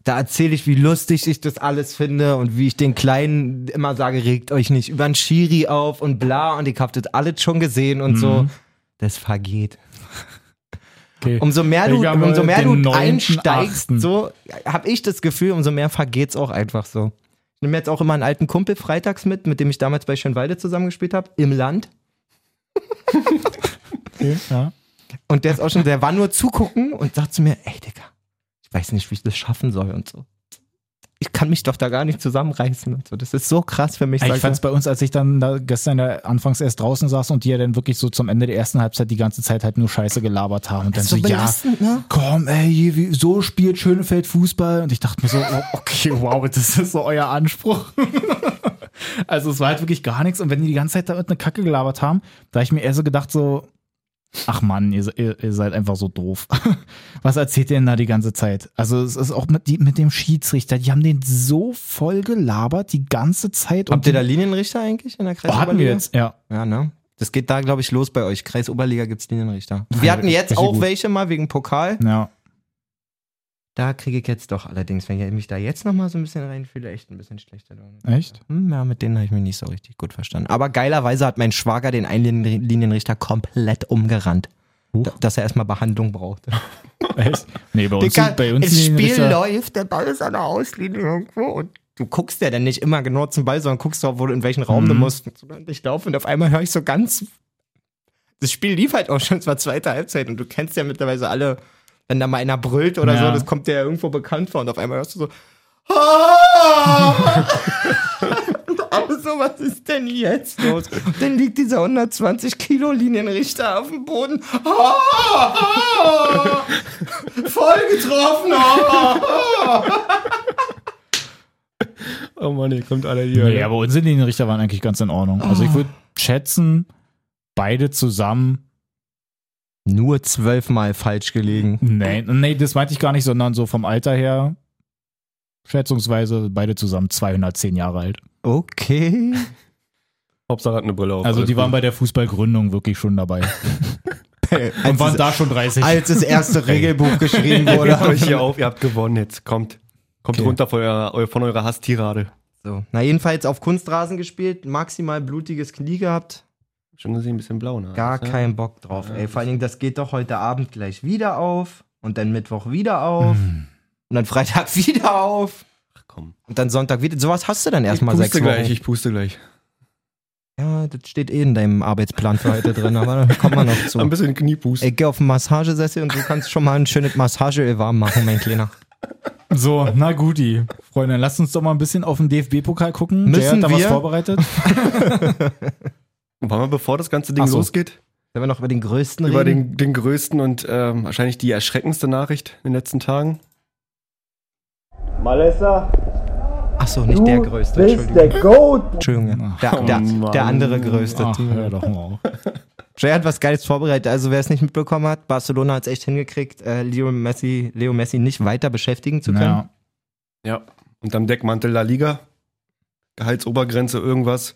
Speaker 1: da erzähle ich, wie lustig ich das alles finde und wie ich den Kleinen immer sage, regt euch nicht über den Schiri auf und bla und ich habt das alles schon gesehen und so. Das vergeht.
Speaker 2: okay.
Speaker 1: Umso mehr
Speaker 2: Ich
Speaker 1: du,
Speaker 2: habe
Speaker 1: umso mehr du
Speaker 2: den 9.,
Speaker 1: einsteigst,
Speaker 2: 8..
Speaker 1: so habe ich das Gefühl, umso mehr vergeht's auch einfach so. Ich nehme jetzt auch immer einen alten Kumpel freitags mit, mit dem ich damals bei Schönwalde zusammengespielt habe, im Land.
Speaker 2: okay, ja.
Speaker 1: Und der ist auch schon, der war nur zugucken und sagt zu mir, ey Digga, ich weiß nicht, wie ich das schaffen soll und so. Ich kann mich doch da gar nicht zusammenreißen und so. Das ist so krass für mich.
Speaker 2: Ich,
Speaker 1: sagt
Speaker 2: ich
Speaker 1: er.
Speaker 2: fand es bei uns, als ich dann da gestern ja anfangs erst draußen saß und die ja dann wirklich so zum Ende der ersten Halbzeit die ganze Zeit halt nur Scheiße gelabert haben und dann
Speaker 1: Das
Speaker 2: so,
Speaker 1: ist so
Speaker 2: ja,
Speaker 1: belastend, ne?
Speaker 2: komm, ey, hier, wie, so spielt Schönefeld Fußball und ich dachte mir so, oh, okay, wow, das ist so euer Anspruch. Also es war halt wirklich gar nichts. Und wenn die die ganze Zeit damit eine Kacke gelabert haben, da hab ich mir eher so gedacht, so, ach Mann, ihr, se- ihr, ihr seid einfach so doof. Was erzählt ihr denn da die ganze Zeit? Also es ist auch mit, die, mit dem Schiedsrichter, die haben den so voll gelabert die ganze Zeit.
Speaker 1: Habt ihr da Linienrichter eigentlich in der
Speaker 2: oh, hatten wir
Speaker 1: Kreisoberliga?
Speaker 2: jetzt, ja.
Speaker 1: Ja, ne? Das geht da, glaube ich, los bei euch. Kreisoberliga gibt's Linienrichter. Wir hatten jetzt
Speaker 2: richtig
Speaker 1: auch
Speaker 2: gut.
Speaker 1: welche mal wegen Pokal.
Speaker 2: Ja.
Speaker 1: Da kriege ich jetzt doch allerdings, wenn ich mich da jetzt nochmal so ein bisschen reinfühle, echt ein bisschen schlechter Laune.
Speaker 2: Echt?
Speaker 1: Hm, ja, mit denen habe ich mich nicht so richtig gut verstanden. Aber geilerweise hat mein Schwager den einen Linien- Linienrichter komplett umgerannt. Da- Dass er erstmal Behandlung brauchte.
Speaker 2: Echt? Nee, bei uns,
Speaker 1: Dicker,
Speaker 2: sind- bei uns
Speaker 1: das
Speaker 2: sind die
Speaker 1: Spiel
Speaker 2: Richter-
Speaker 1: läuft, der Ball ist an der Auslinie irgendwo und du guckst ja dann nicht immer genau zum Ball, sondern guckst drauf, wo du in welchen Raum
Speaker 2: Mhm.
Speaker 1: du musst. Und ich laufe und auf einmal höre ich so ganz. Das Spiel lief halt auch schon, es war zweite Halbzeit und du kennst ja mittlerweile alle, wenn da mal einer brüllt oder
Speaker 2: Ja.
Speaker 1: so, das kommt dir ja irgendwo bekannt vor und auf einmal hörst du so. "Ah!" Aber so, was ist denn jetzt los? Und Dann liegt dieser 120 Kilo Linienrichter auf dem Boden. Oh, voll getroffen. "Ah!"
Speaker 3: Oh Mann, ihr kommt alle hier.
Speaker 2: Nee, aber unsere Linienrichter waren eigentlich ganz in Ordnung. Also
Speaker 1: Oh.
Speaker 2: ich würde schätzen, beide zusammen.
Speaker 1: Nur zwölfmal falsch gelegen.
Speaker 2: Nee, nee, das meinte ich gar nicht, sondern so vom Alter her. Schätzungsweise beide zusammen 210 Jahre alt.
Speaker 1: Okay.
Speaker 3: Hauptsache hat eine Brille auf.
Speaker 2: Also
Speaker 3: alles
Speaker 2: die
Speaker 3: gut.
Speaker 2: waren bei der Fußballgründung wirklich schon dabei. Und waren da schon 30.
Speaker 1: als das erste Regelbuch geschrieben
Speaker 3: Oder euch hier
Speaker 1: wurde.
Speaker 3: auf, ihr habt gewonnen jetzt. Kommt. Kommt runter von eurer, von eurer Hasstirade.
Speaker 1: so. Na, jedenfalls auf Kunstrasen gespielt, maximal blutiges Knie gehabt.
Speaker 3: Schon gesehen, ein bisschen blau, ne?
Speaker 1: Gar
Speaker 3: kein.
Speaker 1: keinen Bock drauf, ey. Vor allen Dingen, das geht doch heute Abend gleich wieder auf und dann Mittwoch wieder auf
Speaker 3: Hm.
Speaker 1: und dann Freitag wieder auf.
Speaker 3: komm.
Speaker 1: Und dann Sonntag wieder. Sowas hast du dann erstmal
Speaker 3: ich
Speaker 1: sechs
Speaker 3: puste
Speaker 1: Wochen.
Speaker 3: gleich, ich puste gleich.
Speaker 1: Ja, das steht eh in deinem Arbeitsplan für heute drin, aber da kommen wir noch zu.
Speaker 3: Ein bisschen Kniepusten.
Speaker 1: Ich gehe auf den Massagesessel und du kannst schon mal ein schönes Massageöl warm machen, mein Kleiner.
Speaker 2: So, na guti. Freunde, dann lasst uns doch mal ein bisschen auf den DFB-Pokal gucken. Jay hat
Speaker 1: Müssen
Speaker 2: da was
Speaker 1: wir?
Speaker 2: vorbereitet.
Speaker 3: Wollen wir, bevor das ganze Ding
Speaker 2: Ach so.
Speaker 3: losgeht,
Speaker 1: Wenn wir noch über den größten
Speaker 3: über
Speaker 1: reden.
Speaker 3: den, den größten und ähm, wahrscheinlich die erschreckendste Nachricht in den letzten Tagen?
Speaker 5: Malessa,
Speaker 1: Achso,
Speaker 5: du
Speaker 1: nicht der größte,
Speaker 5: bist
Speaker 1: Entschuldigung.
Speaker 5: der Goat.
Speaker 1: Entschuldigung. ja. Der,
Speaker 3: Oh
Speaker 1: der,
Speaker 3: Mann.
Speaker 1: der andere größte.
Speaker 2: Ach, hör doch mal auf.
Speaker 1: Jay hat was Geiles vorbereitet. Also wer es nicht mitbekommen hat, Barcelona hat es echt hingekriegt, äh, Leo, Messi, Leo Messi nicht weiter beschäftigen zu können.
Speaker 2: Ja.
Speaker 3: Ja. Unterm Deckmantel La Liga. Gehaltsobergrenze, irgendwas.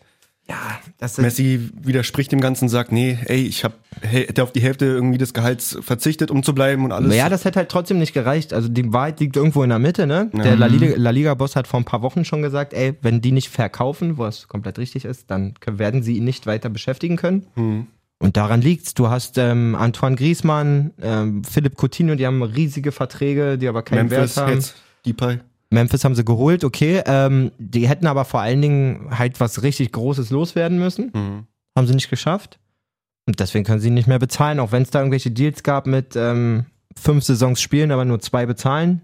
Speaker 1: Das ist,
Speaker 3: Messi widerspricht dem Ganzen, sagt, nee, ey, ich hab, hä- hätte auf die Hälfte irgendwie des Gehalts verzichtet, um zu bleiben und alles.
Speaker 1: ja, das hätte halt trotzdem nicht gereicht. Also die Wahrheit liegt irgendwo in der Mitte, ne? Der La Liga-
Speaker 3: Mhm.
Speaker 1: La Liga-Boss hat vor ein paar Wochen schon gesagt, ey, wenn die nicht verkaufen, was komplett richtig ist, dann k- werden sie ihn nicht weiter beschäftigen können.
Speaker 3: Hm.
Speaker 1: Und daran liegt's. Du hast ähm, Antoine Griezmann, ähm, Philipp Coutinho, die haben riesige Verträge, die aber keinen
Speaker 3: Memphis
Speaker 1: Wert haben.
Speaker 3: jetzt, Depay.
Speaker 1: Memphis haben sie geholt, okay. Ähm, die hätten aber vor allen Dingen halt was richtig Großes loswerden müssen.
Speaker 3: Mhm.
Speaker 1: Haben sie nicht geschafft. Und deswegen können sie ihn nicht mehr bezahlen, auch wenn es da irgendwelche Deals gab mit ähm, fünf Saisons spielen, aber nur zwei bezahlen.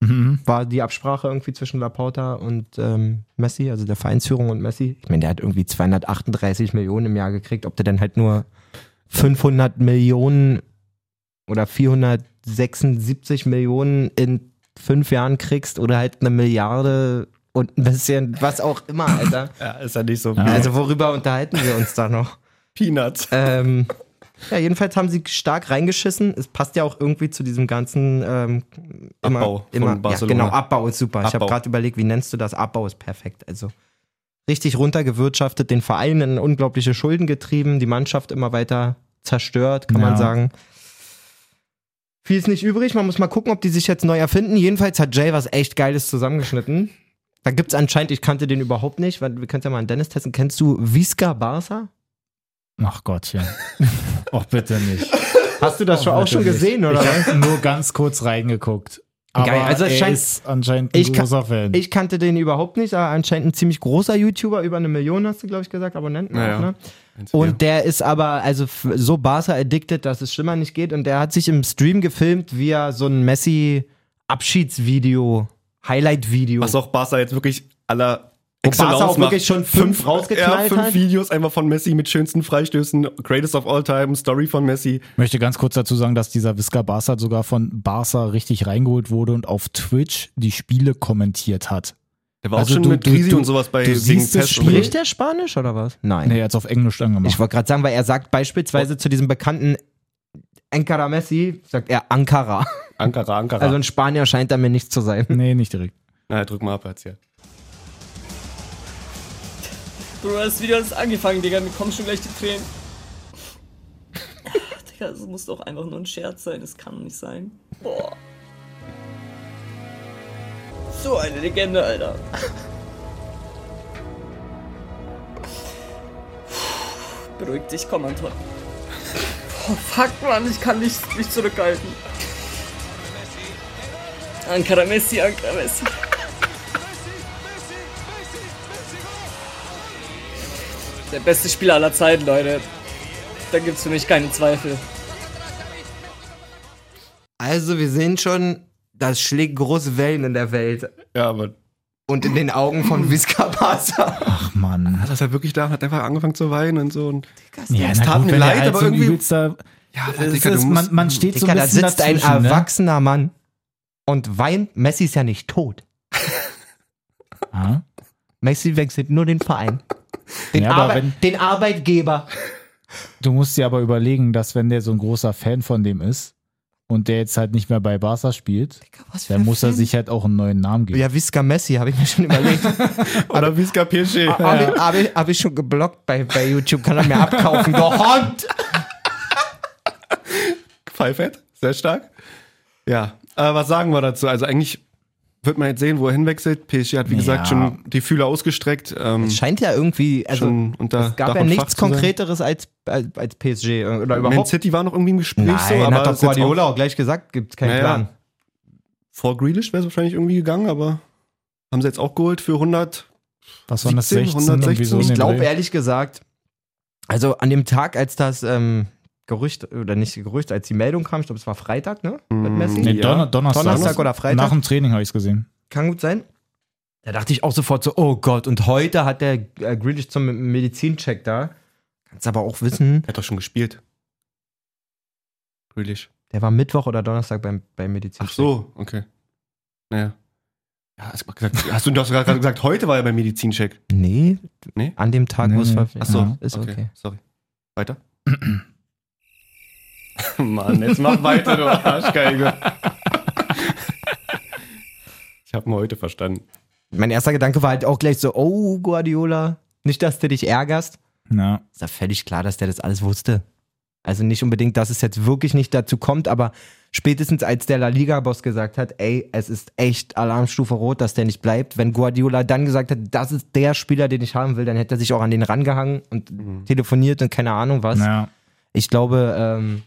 Speaker 2: Mhm.
Speaker 1: War die Absprache irgendwie zwischen Laporta und ähm, Messi, also der Vereinsführung und Messi. Ich meine, der hat irgendwie 238 Millionen im Jahr gekriegt. Ob der dann halt nur 500 Millionen oder 476 Millionen in fünf Jahren kriegst oder halt eine Milliarde und ein bisschen was auch immer, Alter.
Speaker 3: Ja, ist ja nicht so
Speaker 2: Ja.
Speaker 1: Also worüber unterhalten wir uns da noch?
Speaker 3: Peanuts.
Speaker 1: Ähm, ja, jedenfalls haben sie stark reingeschissen. Es passt ja auch irgendwie zu diesem ganzen ähm, immer,
Speaker 3: Abbau von
Speaker 1: immer,
Speaker 3: Barcelona.
Speaker 1: Ja, genau, Abbau ist super. Ich habe
Speaker 3: Abbau.
Speaker 1: gerade überlegt, wie nennst du das? Abbau ist perfekt. Also richtig runtergewirtschaftet, den Verein in unglaubliche Schulden getrieben, die Mannschaft immer weiter zerstört, kann
Speaker 2: Ja.
Speaker 1: man sagen. Viel ist nicht übrig. Man muss mal gucken, ob die sich jetzt neu erfinden. Jedenfalls hat Jay was echt Geiles zusammengeschnitten. Da gibt's anscheinend, ich kannte den überhaupt nicht, weil wir können ja mal an Dennis testen. Kennst du Visca Barca?
Speaker 2: Ach Gottchen. Ach bitte nicht.
Speaker 1: Hast du das schon auch schon gesehen, oder?
Speaker 2: Oh, Ich habe nur ganz kurz reingeguckt. Aber
Speaker 1: Geil, also es
Speaker 2: er
Speaker 1: scheint-
Speaker 2: ist anscheinend ein
Speaker 1: Ich kann-
Speaker 2: großer Fan.
Speaker 1: Ich kannte den überhaupt nicht, aber anscheinend ein ziemlich großer YouTuber, über eine Million hast du, glaube ich, gesagt, Abonnenten
Speaker 3: Naja.
Speaker 1: auch, ne? Und der ist aber also f- so Barca addicted, dass es schlimmer nicht geht. Und der hat sich im Stream gefilmt, wie er so ein Messi-Abschiedsvideo, Highlight-Video.
Speaker 3: was auch Barca jetzt wirklich aller
Speaker 1: Wo Barca auch wirklich schon fünf rausgeknallt
Speaker 3: fünf
Speaker 1: hat.
Speaker 3: Videos einfach von Messi mit schönsten Freistößen, Greatest of All Time, Story von Messi.
Speaker 2: möchte ganz kurz dazu sagen, dass dieser Visca Barca sogar von Barca richtig reingeholt wurde und auf Twitch die Spiele kommentiert hat.
Speaker 3: Der war
Speaker 2: Also
Speaker 3: auch schon
Speaker 2: du-
Speaker 3: mit
Speaker 2: du-
Speaker 3: Grisi
Speaker 2: du-
Speaker 3: und sowas bei
Speaker 2: du siehst das
Speaker 3: und so.
Speaker 2: Spiel-
Speaker 1: Spricht der Spanisch oder was? Nein.
Speaker 2: Nee, Oh. er hat's auf Englisch angemacht.
Speaker 1: Ich wollte gerade sagen, weil er sagt beispielsweise zu diesem bekannten Ankara Messi, sagt er Ankara.
Speaker 3: Ankara, Ankara.
Speaker 1: Also ein Spanier scheint er mir nicht zu sein.
Speaker 2: nee, nicht direkt.
Speaker 3: Na, drück mal ab, erzähl.
Speaker 6: Bro, das Video hat erst angefangen, Digga. Mir kommen schon gleich die Tränen. Ach, Digga, das muss doch einfach nur ein Scherz sein. Das kann doch nicht sein. Boah. So eine Legende, Alter. Beruhig dich, komm, Anton. Boah, fuck, Mann, ich kann nicht mich zurückhalten. Ankara Messi, Ankara Messi. Der beste Spieler aller Zeiten, Leute. Da gibt's für mich keine Zweifel.
Speaker 1: Also wir sehen schon, das schlägt große Wellen in der Welt.
Speaker 3: Ja, aber
Speaker 1: Und in den Augen von Vizca Barca.
Speaker 2: Ach Mann.
Speaker 3: dass er wirklich da und hat einfach angefangen zu weinen und so. Und
Speaker 2: Ja,
Speaker 3: es tat mir
Speaker 2: wenn er
Speaker 3: leid, aber
Speaker 2: so ein
Speaker 3: irgendwie-
Speaker 2: übelster-
Speaker 3: ja,
Speaker 1: Ah,
Speaker 3: aber
Speaker 2: es
Speaker 3: Digga, du
Speaker 2: ist, man,
Speaker 3: musst-
Speaker 2: man steht so
Speaker 1: Digga,
Speaker 2: ein
Speaker 1: da
Speaker 2: bisschen
Speaker 1: sitzt ein
Speaker 2: dazwischen, ne?
Speaker 1: erwachsener Mann und weint. Messi ist ja nicht tot.
Speaker 2: Ah.
Speaker 1: Messi wechselt nur den Verein. Den,
Speaker 2: Ja, aber
Speaker 1: Arbe
Speaker 2: wenn-
Speaker 1: den Arbeitgeber.
Speaker 2: Du musst dir aber überlegen, dass wenn der so ein großer Fan von dem ist und der jetzt halt nicht mehr bei Barca spielt, dann muss er sich halt auch einen neuen Namen geben.
Speaker 1: Ja, Vizca Messi, habe ich mir schon überlegt.
Speaker 3: Oder wie es Pesce.
Speaker 1: Habe ich, hab ich, hab ich schon geblockt bei, bei YouTube, kann er mir abkaufen. Du Hund!
Speaker 3: Pfeifett, sehr stark. Ja, äh, was sagen wir dazu? Also eigentlich wird man jetzt sehen, wo er hinwechselt. PSG hat, wie
Speaker 2: Ja.
Speaker 3: gesagt, schon die Fühler ausgestreckt. Ähm,
Speaker 1: Es scheint ja irgendwie, also
Speaker 3: schon unter
Speaker 1: es gab
Speaker 3: Dach
Speaker 1: ja
Speaker 3: und Fach
Speaker 1: nichts
Speaker 3: zu sein.
Speaker 1: Konkreteres als, als, als PSG äh, oder
Speaker 3: Man
Speaker 1: überhaupt.
Speaker 3: City war noch irgendwie im Gespräch, so,
Speaker 1: Nein,
Speaker 3: aber
Speaker 1: hat doch
Speaker 3: ist jetzt
Speaker 1: Guardiola
Speaker 3: auch-
Speaker 1: auch gleich gesagt, gibt keinen
Speaker 3: Naja.
Speaker 1: Plan.
Speaker 3: Vor Grealish wäre es wahrscheinlich irgendwie gegangen, aber haben sie jetzt auch geholt für 100.
Speaker 2: Was waren das
Speaker 3: 17,
Speaker 2: 16? irgendwie so
Speaker 3: 116?
Speaker 2: in
Speaker 1: Ich
Speaker 2: dem
Speaker 1: glaube
Speaker 2: Dreh?
Speaker 1: ehrlich gesagt, also an dem Tag, als das ähm, Gerücht, oder nicht Gerücht, als die Meldung kam, ich glaube, es war Freitag, ne? Mit Messi?
Speaker 2: Nee,
Speaker 3: Ja.
Speaker 2: Donner Donnerstag.
Speaker 1: Donnerstag oder Freitag?
Speaker 2: Nach dem Training habe ich es gesehen.
Speaker 1: Kann gut sein. Da dachte ich auch sofort so, oh Gott, und heute hat der äh, Grealish zum Medizincheck da. Kannst aber auch wissen,
Speaker 3: Er hat doch schon gespielt. Grealish.
Speaker 1: der war Mittwoch oder Donnerstag beim, beim Medizincheck.
Speaker 3: Ach so, okay. Naja. Ja, hast, du gesagt, hast du doch sogar gerade gesagt, heute war er beim Medizincheck.
Speaker 1: Nee,
Speaker 3: Nee?
Speaker 1: an dem Tag,
Speaker 2: Nee,
Speaker 1: wo es
Speaker 2: nee.
Speaker 1: veröffentlicht
Speaker 2: Ach so,
Speaker 1: Ja, Ist okay.
Speaker 3: Sorry. Weiter? Mann, jetzt mach weiter, du Arschgeige. ich habe ihn heute verstanden.
Speaker 1: Mein erster Gedanke war halt auch gleich so, oh Guardiola, nicht, dass du dich ärgerst.
Speaker 2: Ja.
Speaker 1: Ist ja völlig klar, dass der das alles wusste. Also nicht unbedingt, dass es jetzt wirklich nicht dazu kommt, aber spätestens als der La Liga-Boss gesagt hat, ey, es ist echt Alarmstufe Rot, dass der nicht bleibt. Wenn Guardiola dann gesagt hat, das ist der Spieler, den ich haben will, dann hätte er sich auch an den rangehangen und telefoniert und keine Ahnung was.
Speaker 2: Ja.
Speaker 1: Ich glaube, ähm,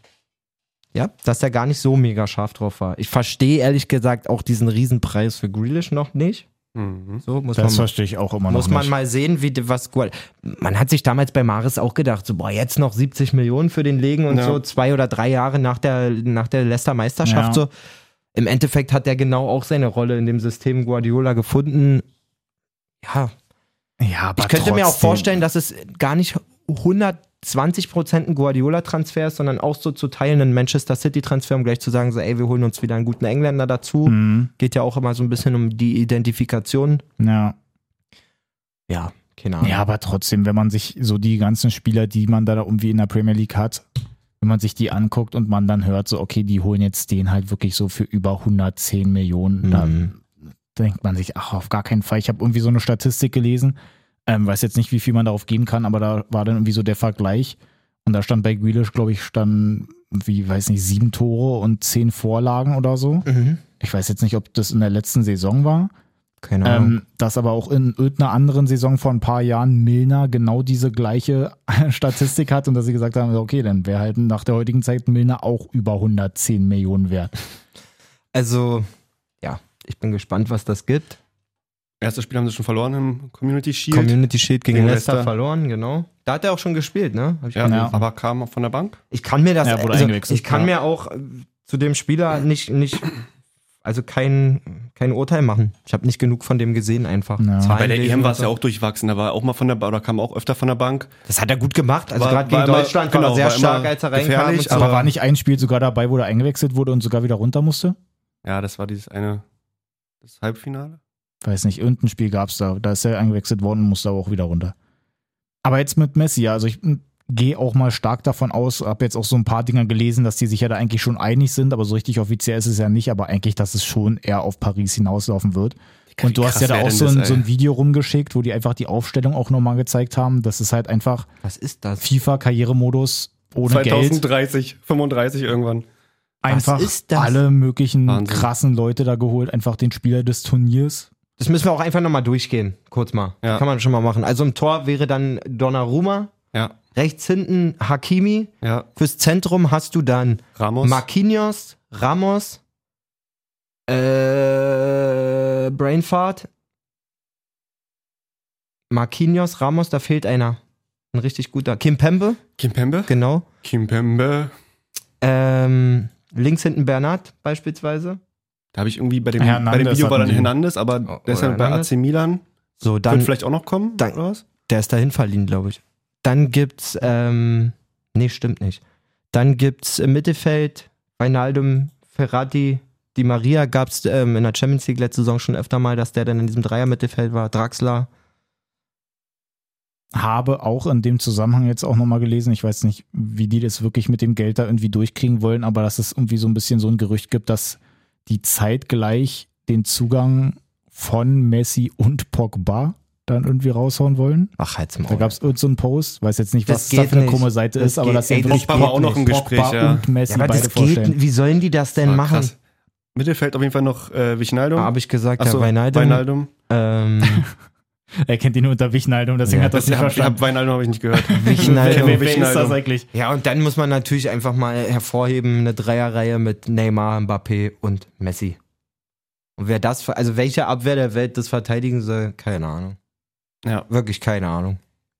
Speaker 1: ja, dass er gar nicht so mega scharf drauf war. Ich verstehe ehrlich gesagt auch diesen Riesenpreis für Grealish noch nicht.
Speaker 3: Mhm.
Speaker 1: So muss
Speaker 2: Das
Speaker 1: man,
Speaker 2: verstehe ich auch immer noch
Speaker 1: muss man
Speaker 2: nicht.
Speaker 1: mal sehen, wie de- was Guard. Man hat sich damals bei Maris auch gedacht, so boah, jetzt noch 70 Millionen für den legen und
Speaker 3: Ja.
Speaker 1: so zwei oder drei Jahre nach der nach der Leicester Meisterschaft
Speaker 2: Ja.
Speaker 1: so. Im Endeffekt hat er genau auch seine Rolle in dem System Guardiola gefunden. Ja,
Speaker 2: ja, aber
Speaker 1: ich könnte mir auch
Speaker 2: trotzdem.
Speaker 1: vorstellen, dass es gar nicht 120 Prozent ein Guardiola-Transfer ist, sondern auch so zu teilen ein Manchester City-Transfer, um gleich zu sagen, so, ey, wir holen uns wieder einen guten Engländer dazu.
Speaker 2: Mhm.
Speaker 1: Geht ja auch immer so ein bisschen um die Identifikation.
Speaker 2: Ja.
Speaker 1: Ja, keine Ahnung.
Speaker 2: ja, aber trotzdem, wenn man sich so die ganzen Spieler, die man da irgendwie in der Premier League hat, wenn man sich die anguckt und man dann hört, so, okay, die holen jetzt den halt wirklich so für über 110 Millionen, dann
Speaker 1: Mhm.
Speaker 2: denkt man sich, ach, auf gar keinen Fall. Ich habe irgendwie so eine Statistik gelesen, ähm, weiß jetzt nicht, wie viel man darauf geben kann, aber da war dann irgendwie so der Vergleich. Und da stand bei Grealish, glaube ich, stand, wie, weiß nicht, sieben Tore und zehn Vorlagen oder so.
Speaker 1: Mhm.
Speaker 2: Ich weiß jetzt nicht, ob das in der letzten Saison war.
Speaker 1: Keine Ahnung.
Speaker 2: Ähm, dass aber auch in irgendeiner anderen Saison vor ein paar Jahren Milner genau diese gleiche Statistik hat und dass sie gesagt haben, okay, dann wäre halt nach der heutigen Zeit Milner auch über 110 Millionen wert.
Speaker 1: Also, ja, ich bin gespannt, was das gibt.
Speaker 3: Erstes Spiel haben sie schon verloren im Community Shield.
Speaker 1: Community Shield gegen
Speaker 3: Gegen
Speaker 1: Leicester.
Speaker 3: Leicester.
Speaker 1: verloren, genau. Da hat er auch schon gespielt, ne? Hab ich
Speaker 3: ja,
Speaker 2: Ja.
Speaker 3: aber kam auch von der Bank.
Speaker 1: Ich kann mir das,
Speaker 2: Ja, wurde
Speaker 1: also,
Speaker 2: eingewechselt,
Speaker 1: ich kann
Speaker 2: ja.
Speaker 1: mir auch äh, zu dem Spieler nicht, nicht also kein, kein Urteil machen. Ich habe nicht genug von dem gesehen einfach.
Speaker 2: Ja.
Speaker 1: Zahlen
Speaker 3: Bei der
Speaker 1: lesen
Speaker 3: EM war
Speaker 1: und
Speaker 3: es
Speaker 1: so.
Speaker 3: ja auch durchwachsen. Da war er auch mal von der Bank, oder kam auch öfter von der Bank.
Speaker 1: Das hat er gut gemacht. Also
Speaker 3: War-
Speaker 1: gerade gegen
Speaker 3: war immer-
Speaker 1: Deutschland war
Speaker 3: genau,
Speaker 1: er sehr
Speaker 3: war immer
Speaker 1: stark, als er reinkam.
Speaker 3: gefährlich,
Speaker 1: Und so.
Speaker 2: Aber
Speaker 3: Aber-
Speaker 2: war nicht ein Spiel sogar dabei, wo er eingewechselt wurde und sogar wieder runter musste?
Speaker 3: Ja, das war dieses eine, das Halbfinale.
Speaker 2: Weiß nicht, irgendein Spiel gab es da. Da ist er eingewechselt worden und musste aber auch wieder runter. Aber jetzt mit Messi, ja, also ich m, gehe auch mal stark davon aus, habe jetzt auch so ein paar Dinger gelesen, dass die sich ja da eigentlich schon einig sind, aber so richtig offiziell ist es ja nicht, aber eigentlich, dass es schon eher auf Paris hinauslaufen wird. Und du
Speaker 3: Wie
Speaker 2: hast ja
Speaker 3: krass
Speaker 2: da
Speaker 3: wär
Speaker 2: auch
Speaker 3: denn
Speaker 2: so
Speaker 3: das,
Speaker 2: ein,
Speaker 3: ey?
Speaker 2: so ein Video rumgeschickt, wo die einfach die Aufstellung auch nochmal gezeigt haben. Das ist halt einfach
Speaker 1: Was ist das?
Speaker 2: FIFA-Karrieremodus ohne Geld.
Speaker 3: 2030, 35 irgendwann.
Speaker 2: Einfach
Speaker 1: ist das?
Speaker 2: alle möglichen
Speaker 3: Wahnsinn.
Speaker 2: krassen Leute da geholt, einfach den Spieler des Turniers.
Speaker 1: Das müssen wir auch einfach nochmal durchgehen, kurz mal.
Speaker 3: Ja.
Speaker 1: Kann man schon mal machen. Also im Tor wäre dann Donnarumma,
Speaker 3: Ja,
Speaker 1: rechts hinten Hakimi,
Speaker 3: ja.
Speaker 1: fürs Zentrum hast du dann
Speaker 3: Ramos.
Speaker 1: Marquinhos, Ramos, äh, Brainfart, Marquinhos, Ramos, da fehlt einer. Ein richtig guter. Kim Pembe,
Speaker 3: Kimpembe?
Speaker 1: genau.
Speaker 3: Kimpembe.
Speaker 1: Ähm, links hinten Bernat beispielsweise.
Speaker 3: Da habe ich irgendwie bei dem,
Speaker 2: Hernandez
Speaker 3: bei dem Video war
Speaker 2: hatten
Speaker 3: dann
Speaker 2: die.
Speaker 3: Hernandez, aber
Speaker 1: Oh,
Speaker 3: der ist
Speaker 1: oder
Speaker 3: ja bei
Speaker 1: Hernandez.
Speaker 3: AC Milan.
Speaker 1: So,
Speaker 3: Wird
Speaker 1: dann,
Speaker 3: vielleicht auch noch kommen,
Speaker 1: dann-
Speaker 3: oder was?
Speaker 1: der ist dahin verliehen, glaube ich. Dann gibt's, ähm, nee, stimmt nicht. Dann gibt's im Mittelfeld Reinaldum, Ferrati, Di Maria gab's ähm, in der Champions League letzte Saison schon öfter mal, dass der dann in diesem Dreier-Mittelfeld war. Draxler,
Speaker 2: habe auch in dem Zusammenhang jetzt auch nochmal gelesen, ich weiß nicht, wie die das wirklich mit dem Geld da irgendwie durchkriegen wollen, aber dass es irgendwie so ein bisschen so ein Gerücht gibt, dass die zeitgleich den Zugang von Messi und Pogba dann irgendwie raushauen wollen.
Speaker 1: ach, halt's mal.
Speaker 2: Da gab es irgendeinen so einen Post, weiß jetzt nicht,
Speaker 1: Das
Speaker 2: was das da
Speaker 1: geht
Speaker 2: für eine
Speaker 1: nicht.
Speaker 2: krumme Seite
Speaker 1: Das
Speaker 2: ist, aber
Speaker 1: geht-
Speaker 2: dass sie
Speaker 1: ey, das
Speaker 2: wirklich
Speaker 3: Pogba war auch noch im Gespräch,
Speaker 2: Pogba
Speaker 3: ja.
Speaker 2: und Messi
Speaker 1: ja, aber
Speaker 2: beide
Speaker 1: das geht,
Speaker 2: vorstellen.
Speaker 1: wie sollen die das denn
Speaker 3: Ah,
Speaker 1: machen?
Speaker 3: krass. Mittelfeld auf jeden Fall noch äh, Wijnaldum.
Speaker 1: Habe ich gesagt,
Speaker 3: Achso,
Speaker 1: ja, Reinaldum.
Speaker 3: Wijnaldum.
Speaker 1: Ähm,
Speaker 2: Er kennt ihn nur unter Wichnaldum, deswegen
Speaker 1: Ja,
Speaker 2: hat er das
Speaker 3: Das
Speaker 2: nicht
Speaker 3: hab,
Speaker 2: verstanden.
Speaker 3: hab, Wijnaldum habe ich nicht gehört.
Speaker 1: Wijnaldum.
Speaker 2: Wer, wer ist
Speaker 3: Wijnaldum.
Speaker 2: das eigentlich?
Speaker 1: ja, und dann muss man natürlich einfach mal hervorheben, eine Dreierreihe mit Neymar, Mbappé und Messi. Und wer das, ver- also welche Abwehr der Welt das verteidigen soll, keine Ahnung.
Speaker 3: Ja.
Speaker 1: Wirklich keine Ahnung.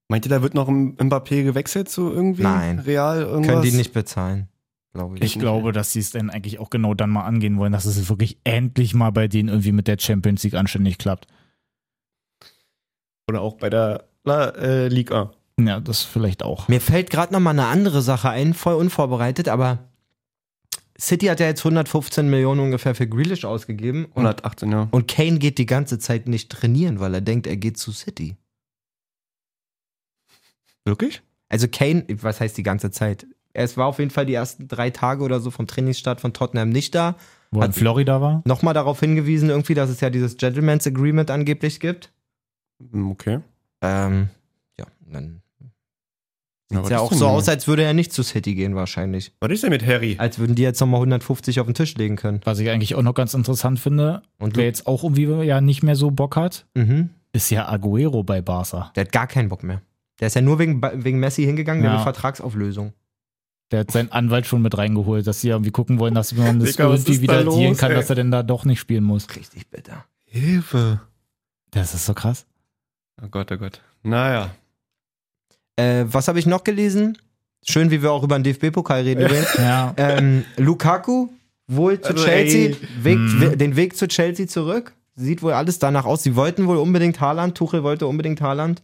Speaker 3: Meint ihr, da wird noch ein Mbappé gewechselt zu irgendwie?
Speaker 1: Nein.
Speaker 3: Real irgendwas?
Speaker 1: Können die nicht bezahlen, glaube ich.
Speaker 2: Ich glaube, dass sie es dann eigentlich auch genau dann mal angehen wollen, dass es wirklich endlich mal bei denen irgendwie mit der Champions League anständig klappt.
Speaker 3: Oder auch bei der La, äh, Liga.
Speaker 2: Ja, das vielleicht auch.
Speaker 1: Mir fällt gerade noch mal eine andere Sache ein, voll unvorbereitet, aber City hat ja jetzt 115 Millionen ungefähr für Grealish ausgegeben und,
Speaker 3: 118, ja.
Speaker 1: und Kane geht die ganze Zeit nicht trainieren, weil er denkt, er geht zu City.
Speaker 3: Wirklich?
Speaker 1: Also Kane, was heißt die ganze Zeit? Es war auf jeden Fall die ersten drei Tage oder so vom Trainingsstart von Tottenham nicht da.
Speaker 2: Wo er in
Speaker 1: Hat-
Speaker 2: Florida war?
Speaker 1: Nochmal darauf hingewiesen, irgendwie, dass es ja dieses Gentleman's Agreement angeblich gibt.
Speaker 3: Hm, Okay.
Speaker 1: Ähm, ja, dann
Speaker 3: Aber
Speaker 1: sieht ja
Speaker 3: das
Speaker 1: auch
Speaker 3: denn
Speaker 1: so
Speaker 3: nun?
Speaker 1: aus, als würde er nicht zu City gehen wahrscheinlich.
Speaker 3: Was ist denn mit Harry?
Speaker 1: Als würden die jetzt nochmal 150 auf den Tisch legen können.
Speaker 2: Was ich eigentlich auch noch ganz interessant finde,
Speaker 1: Und
Speaker 2: wer jetzt auch irgendwie ja nicht mehr so Bock hat,
Speaker 1: mhm.
Speaker 2: ist ja Aguero bei Barca.
Speaker 1: Der hat gar keinen Bock mehr. Der ist ja nur wegen, Ba- wegen Messi hingegangen, der
Speaker 2: Ja.
Speaker 1: will Vertragsauflösung.
Speaker 2: Der hat seinen Anwalt schon mit reingeholt, dass sie irgendwie gucken wollen, dass man das
Speaker 3: Digga, was
Speaker 2: irgendwie
Speaker 3: ist da
Speaker 2: wieder
Speaker 3: los,
Speaker 2: dealen kann,
Speaker 3: ey?
Speaker 2: dass er denn da doch nicht spielen muss.
Speaker 1: Richtig bitter.
Speaker 3: Hilfe.
Speaker 2: Das ist so krass.
Speaker 3: Oh Gott, oh Gott. Naja.
Speaker 1: Äh, was habe ich noch gelesen? Schön, wie wir auch über den DFB-Pokal reden. übrigens.
Speaker 2: Ja.
Speaker 1: ähm, Lukaku wohl zu
Speaker 3: Also,
Speaker 1: Chelsea,
Speaker 3: ey.
Speaker 1: Weg,
Speaker 2: Mhm.
Speaker 1: we- den Weg zu Chelsea zurück. Sieht wohl alles danach aus. Sie wollten wohl unbedingt Haaland, Tuchel wollte unbedingt Haaland.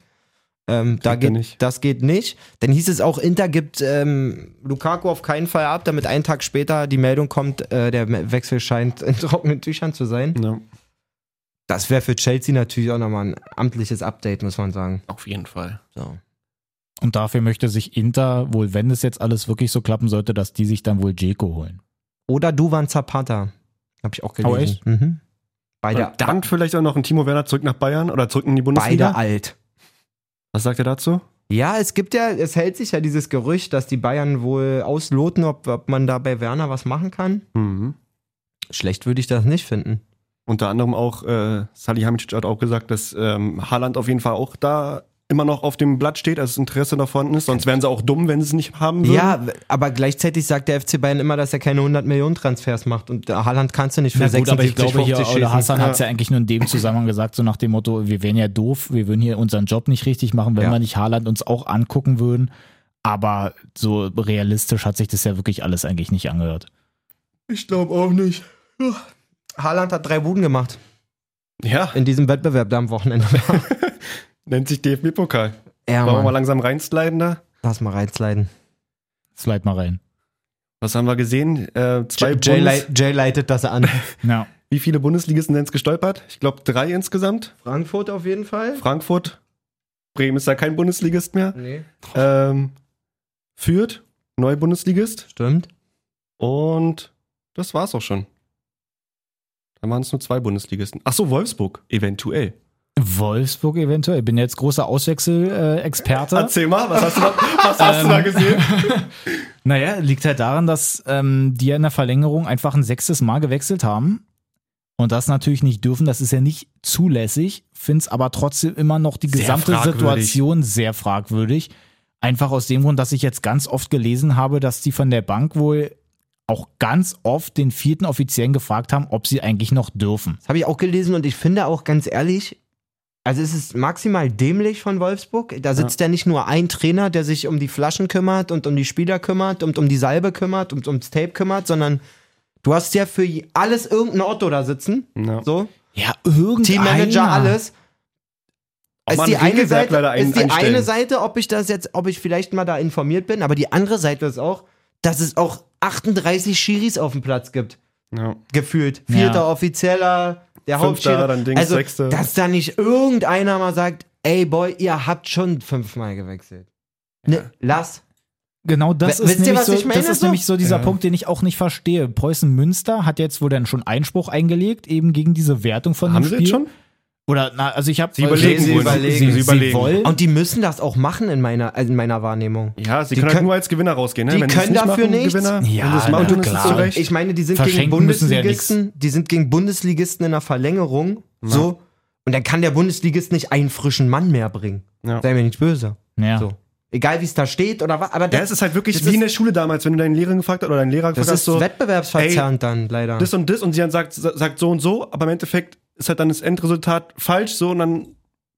Speaker 1: Ähm, da
Speaker 3: Kriegt er
Speaker 1: geht,
Speaker 3: nicht.
Speaker 1: Das geht nicht. Dann hieß es auch, Inter gibt ähm, Lukaku auf keinen Fall ab, damit einen Tag später die Meldung kommt, äh, der Me- Wechsel scheint in trockenen Tüchern zu sein.
Speaker 3: Ja.
Speaker 1: Das wäre für Chelsea natürlich auch nochmal ein amtliches Update, muss man sagen.
Speaker 3: Auf jeden Fall.
Speaker 1: So.
Speaker 2: Und dafür möchte sich Inter wohl, wenn es jetzt alles wirklich so klappen sollte, dass die sich dann wohl Jeko holen.
Speaker 1: Oder Duvan Zapata. Habe ich auch gelesen.
Speaker 2: Oh, echt?
Speaker 1: Mhm. Beide,
Speaker 3: Und dann vielleicht auch noch ein Timo Werner zurück nach Bayern oder zurück in die Bundesliga.
Speaker 1: beide alt.
Speaker 3: Was sagt er dazu?
Speaker 1: Ja, es gibt ja, es hält sich ja dieses Gerücht, dass die Bayern wohl ausloten, ob, ob man da bei Werner was machen kann.
Speaker 3: Mhm.
Speaker 1: Schlecht würde ich das nicht finden.
Speaker 3: Unter anderem auch äh, Salihamidzic hat auch gesagt, dass ähm, Haaland auf jeden Fall auch da immer noch auf dem Blatt steht, als Interesse da vorhanden ist. Sonst wären sie auch dumm, wenn sie es nicht haben würden.
Speaker 1: Ja, aber gleichzeitig sagt der FC Bayern immer, dass er keine 100 Millionen Transfers macht und Haaland kannst du nicht für
Speaker 2: Na gut,
Speaker 1: 76,
Speaker 2: aber ich glaube hier,
Speaker 1: 50
Speaker 2: Ole Hassan
Speaker 1: schießen.
Speaker 2: hat es ja eigentlich nur in dem Zusammenhang gesagt, so nach dem Motto, wir wären ja doof, wir würden hier unseren Job nicht richtig machen, wenn
Speaker 1: Ja.
Speaker 2: wir nicht Haaland uns auch angucken würden. Aber so realistisch hat sich das ja wirklich alles eigentlich nicht angehört.
Speaker 3: Ich glaube auch nicht.
Speaker 1: Haaland hat drei Buden gemacht
Speaker 3: Ja,
Speaker 1: in diesem Wettbewerb da am Wochenende.
Speaker 3: nennt sich DFB-Pokal.
Speaker 1: ja,
Speaker 3: Wollen wir mal
Speaker 1: Mann.
Speaker 3: langsam reinsliden da?
Speaker 1: Lass mal reinsliden.
Speaker 2: Slide mal rein.
Speaker 3: Was haben wir gesehen? Äh, zwei
Speaker 1: Jay,
Speaker 3: Bundes-
Speaker 1: lei- Jay leitet das an.
Speaker 2: Ja.
Speaker 3: Wie viele Bundesligisten sind es gestolpert? Ich glaube drei insgesamt.
Speaker 1: Frankfurt auf jeden Fall.
Speaker 3: Frankfurt, Bremen ist da kein Bundesligist mehr.
Speaker 1: Nee.
Speaker 3: Ähm, Fürth, neuer Bundesligist.
Speaker 1: Stimmt.
Speaker 3: Und das war's auch schon. Dann waren es nur zwei Bundesligisten. Achso, Wolfsburg, eventuell.
Speaker 2: Wolfsburg eventuell. Bin jetzt großer Auswechselexperte.
Speaker 3: Erzähl mal, was hast du da, was hast du da gesehen?
Speaker 2: Naja, liegt halt daran, dass ähm, die ja in der Verlängerung einfach ein sechstes Mal gewechselt haben. Und das natürlich nicht dürfen, das ist ja nicht zulässig, finde es aber trotzdem immer noch die
Speaker 3: Sehr
Speaker 2: gesamte
Speaker 3: fragwürdig.
Speaker 2: Situation sehr fragwürdig. Einfach aus dem Grund, dass ich jetzt ganz oft gelesen habe, dass die von der Bank wohl auch ganz oft den vierten Offiziellen gefragt haben, ob sie eigentlich noch dürfen.
Speaker 1: Das habe ich auch gelesen und ich finde auch ganz ehrlich, also es ist maximal dämlich von Wolfsburg. Da sitzt ja, nicht nur ein Trainer, der sich um die Flaschen kümmert und um die Spieler kümmert und um die Salbe kümmert und ums Tape kümmert, sondern du hast ja für je- alles irgendein Otto da sitzen.
Speaker 3: Ja.
Speaker 1: So,
Speaker 2: Ja, irgendeiner.
Speaker 1: Teammanager, alles.
Speaker 3: Auch
Speaker 1: Ist
Speaker 3: mal
Speaker 1: die,
Speaker 3: ein
Speaker 1: eine
Speaker 3: Oh Regelwerk
Speaker 1: Seite,
Speaker 3: leider ein-
Speaker 1: ist die
Speaker 3: einstellen.
Speaker 1: eine Seite, ob ich das jetzt, ob ich vielleicht mal da informiert bin, aber die andere Seite ist auch, dass es auch 38 Schiris auf dem Platz gibt
Speaker 3: Ja.
Speaker 1: gefühlt. Vierter
Speaker 2: Ja.
Speaker 1: Offizieller, der
Speaker 3: Fünfter,
Speaker 1: Hauptschere.
Speaker 3: dann Dings,
Speaker 1: also,
Speaker 3: Sechste.
Speaker 1: dass da nicht irgendeiner mal sagt, ey Boy, ihr habt schon fünfmal gewechselt. Ne, lass.
Speaker 2: Genau das
Speaker 1: We-
Speaker 2: ist,
Speaker 1: wisst ihr,
Speaker 2: nämlich,
Speaker 1: was
Speaker 2: so,
Speaker 1: ich meine
Speaker 2: das ist
Speaker 1: so?
Speaker 2: nämlich so dieser
Speaker 3: Ja.
Speaker 2: Punkt, den ich auch nicht verstehe. Preußen Münster hat jetzt wohl dann schon Einspruch eingelegt, eben gegen diese Wertung von dem
Speaker 3: Haben sie
Speaker 2: Spiel.
Speaker 3: jetzt schon?
Speaker 2: Oder, na, also ich habe Sie
Speaker 3: überlegen
Speaker 2: sie,
Speaker 3: wohl.
Speaker 2: überlegen.
Speaker 3: Sie
Speaker 2: Sie,
Speaker 3: überlegen.
Speaker 2: wollen.
Speaker 1: Und die müssen das auch machen in meiner, also in meiner Wahrnehmung.
Speaker 3: Ja, sie
Speaker 1: Die
Speaker 3: können halt
Speaker 1: können-
Speaker 3: nur als Gewinner rausgehen. Ne?
Speaker 1: die
Speaker 3: Wenn sie es
Speaker 1: können
Speaker 3: nicht
Speaker 1: dafür
Speaker 3: machen,
Speaker 1: nichts.
Speaker 2: Ja,
Speaker 3: Gewinner, wenn sie es
Speaker 2: na
Speaker 3: machen, ist es
Speaker 2: klar.
Speaker 3: zu Recht.
Speaker 1: Ich meine, die sind gegen
Speaker 2: Verschenken müssen sie ja
Speaker 1: Bundesligisten, die sind gegen Bundesligisten in der Verlängerung, so. Und dann kann der Bundesligist nicht einen frischen Mann mehr bringen.
Speaker 3: Ja.
Speaker 1: Sei mir nicht böse.
Speaker 2: ja.
Speaker 1: So. Egal wie es da steht oder was, aber
Speaker 3: Ja,
Speaker 1: das,
Speaker 3: es ist halt wirklich
Speaker 1: Das
Speaker 3: wie
Speaker 1: ist-
Speaker 3: in der Schule damals, wenn du deinen Lehrer gefragt hast oder deinen Lehrer gefragt
Speaker 1: das
Speaker 3: hast,
Speaker 1: ist
Speaker 3: so
Speaker 1: wettbewerbsverzerrend dann leider.
Speaker 3: das und das und sie dann sagt, sagt so und so, aber im Endeffekt ist halt dann das Endresultat falsch so und dann,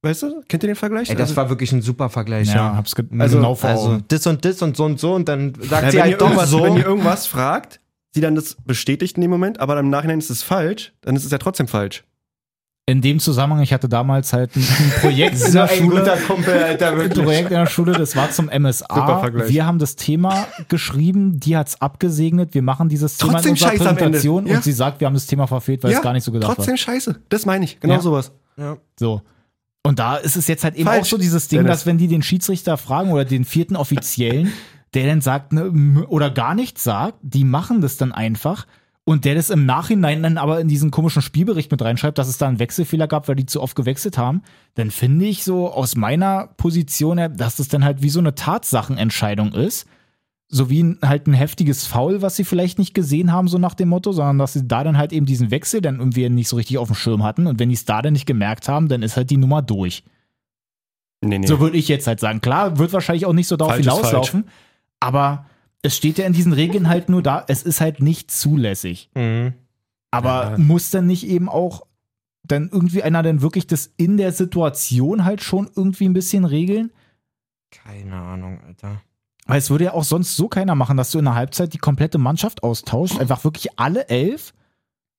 Speaker 3: weißt du, kennt ihr den Vergleich?
Speaker 1: Ey, das
Speaker 3: Also-
Speaker 1: war wirklich ein super Vergleich.
Speaker 2: ja,
Speaker 1: ja.
Speaker 2: hab's ge
Speaker 1: Also,
Speaker 2: genau vor
Speaker 1: also
Speaker 2: Augen.
Speaker 1: das und das und so und so und dann sagt
Speaker 3: Ja,
Speaker 1: sie
Speaker 3: wenn,
Speaker 1: halt
Speaker 3: ihr
Speaker 1: doch
Speaker 3: irgendwas,
Speaker 1: so.
Speaker 3: wenn ihr irgendwas fragt, sie dann das bestätigt in dem Moment, aber im Nachhinein ist es falsch, dann ist es ja trotzdem falsch.
Speaker 2: In dem Zusammenhang, ich hatte damals halt ein, ein Projekt in der Schule.
Speaker 1: Kumpel, Alter,
Speaker 2: Ein Projekt in der Schule, das war zum
Speaker 3: Super
Speaker 2: MSA.
Speaker 3: Vergleich.
Speaker 2: Wir haben das Thema geschrieben, die hat's abgesegnet. Wir machen dieses Thema
Speaker 3: Trotzdem
Speaker 2: in unserer
Speaker 3: scheiße am Ende.
Speaker 2: Präsentation
Speaker 3: Ja.
Speaker 2: und sie sagt, wir haben das Thema verfehlt, weil es gar nicht so gedacht war.
Speaker 3: trotzdem scheiße. Das meine ich, genau
Speaker 2: Ja.
Speaker 3: sowas.
Speaker 2: So. Und da ist es jetzt halt eben
Speaker 3: Falsch,
Speaker 2: auch so dieses Ding,
Speaker 3: Dennis.
Speaker 2: dass wenn die den Schiedsrichter fragen oder den vierten Offiziellen, der dann sagt ne, m- oder gar nichts sagt, die machen das dann einfach. Und der das im Nachhinein dann aber in diesen komischen Spielbericht mit reinschreibt, dass es da einen Wechselfehler gab, weil die zu oft gewechselt haben, dann finde ich so aus meiner Position her, dass das dann halt wie so eine Tatsachenentscheidung ist. So wie ein, halt ein heftiges Foul, was sie vielleicht nicht gesehen haben, so nach dem Motto, sondern dass sie da dann halt eben diesen Wechsel dann irgendwie nicht so richtig auf dem Schirm hatten. Und wenn die es da dann nicht gemerkt haben, dann ist halt die Nummer durch.
Speaker 3: Nee, nee.
Speaker 2: So würde ich jetzt halt sagen. Klar, wird wahrscheinlich auch nicht so darauf
Speaker 3: Falsch ist
Speaker 2: hinauslaufen, aber es steht ja in diesen Regeln halt nur da, es ist halt nicht zulässig. Aber
Speaker 3: Mhm. Ja.
Speaker 2: muss dann nicht eben auch dann irgendwie einer dann wirklich das in der Situation halt schon irgendwie ein bisschen regeln?
Speaker 1: Keine Ahnung, Alter.
Speaker 2: Weil es würde ja auch sonst so keiner machen, dass du in der Halbzeit die komplette Mannschaft austauscht, einfach wirklich alle elf.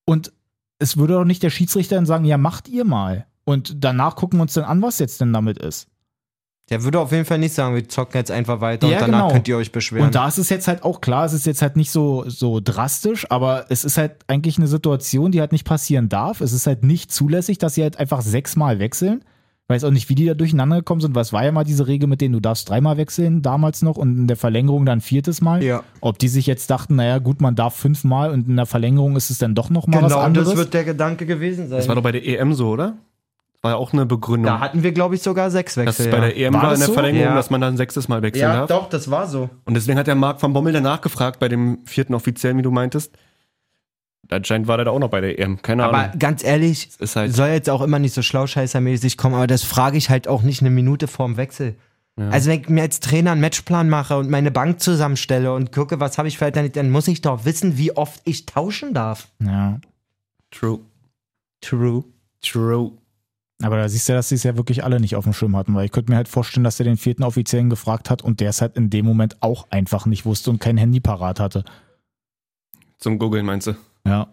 Speaker 2: Und es würde doch nicht der Schiedsrichter dann sagen, ja, macht ihr mal. Und danach gucken wir uns dann an, was jetzt denn damit ist.
Speaker 1: Der würde auf jeden Fall nicht sagen, wir zocken jetzt einfach weiter
Speaker 2: Ja,
Speaker 1: und danach
Speaker 2: genau.
Speaker 1: könnt ihr euch beschweren.
Speaker 2: Und da ist es jetzt halt auch klar, es ist jetzt halt nicht so, so drastisch, aber es ist halt eigentlich eine Situation, die halt nicht passieren darf. Es ist halt nicht zulässig, dass sie halt einfach sechsmal wechseln. Weiß auch nicht, wie die da durcheinander gekommen sind. Was war ja mal diese Regel mit denen, du darfst dreimal wechseln, damals noch und in der Verlängerung dann viertes Mal.
Speaker 1: Ja.
Speaker 2: Ob die sich jetzt dachten, naja, gut, man darf fünfmal und in der Verlängerung ist es dann doch nochmal was
Speaker 1: genau,
Speaker 2: anderes.
Speaker 1: das wird der Gedanke gewesen sein.
Speaker 3: Das war doch bei der EM so, oder? War ja auch eine Begründung.
Speaker 1: da hatten wir, glaube ich, sogar sechs
Speaker 3: dass es
Speaker 1: Wechsel.
Speaker 3: bei
Speaker 1: ja.
Speaker 3: der EM
Speaker 2: War
Speaker 3: war,
Speaker 2: das
Speaker 3: in der
Speaker 2: so?
Speaker 3: Verlängerung,
Speaker 1: Ja.
Speaker 3: dass man dann sechstes Mal wechseln
Speaker 1: ja,
Speaker 3: darf.
Speaker 1: doch, das war so.
Speaker 3: Und deswegen hat der Marc van Bommel danach gefragt bei dem vierten Offiziellen, wie du meintest. Anscheinend war der da auch noch bei der EM. Keine
Speaker 1: Aber
Speaker 3: Ahnung.
Speaker 1: ganz ehrlich,
Speaker 3: Ist halt-
Speaker 1: soll jetzt auch immer nicht so schlauscheißermäßig kommen, aber das frage ich halt auch nicht eine Minute vorm Wechsel. Also wenn ich mir als Trainer einen Matchplan mache und meine Bank zusammenstelle und gucke, was habe ich vielleicht dann, dann muss ich doch wissen, wie oft ich tauschen darf.
Speaker 2: ja.
Speaker 3: True.
Speaker 1: True.
Speaker 3: True.
Speaker 2: Aber da siehst du ja, dass sie es ja wirklich alle nicht auf dem Schirm hatten, weil ich könnte mir halt vorstellen, dass er den vierten Offiziellen gefragt hat und der es halt in dem Moment auch einfach nicht wusste und kein Handy parat hatte.
Speaker 3: Zum Googeln meinst du?
Speaker 2: Ja.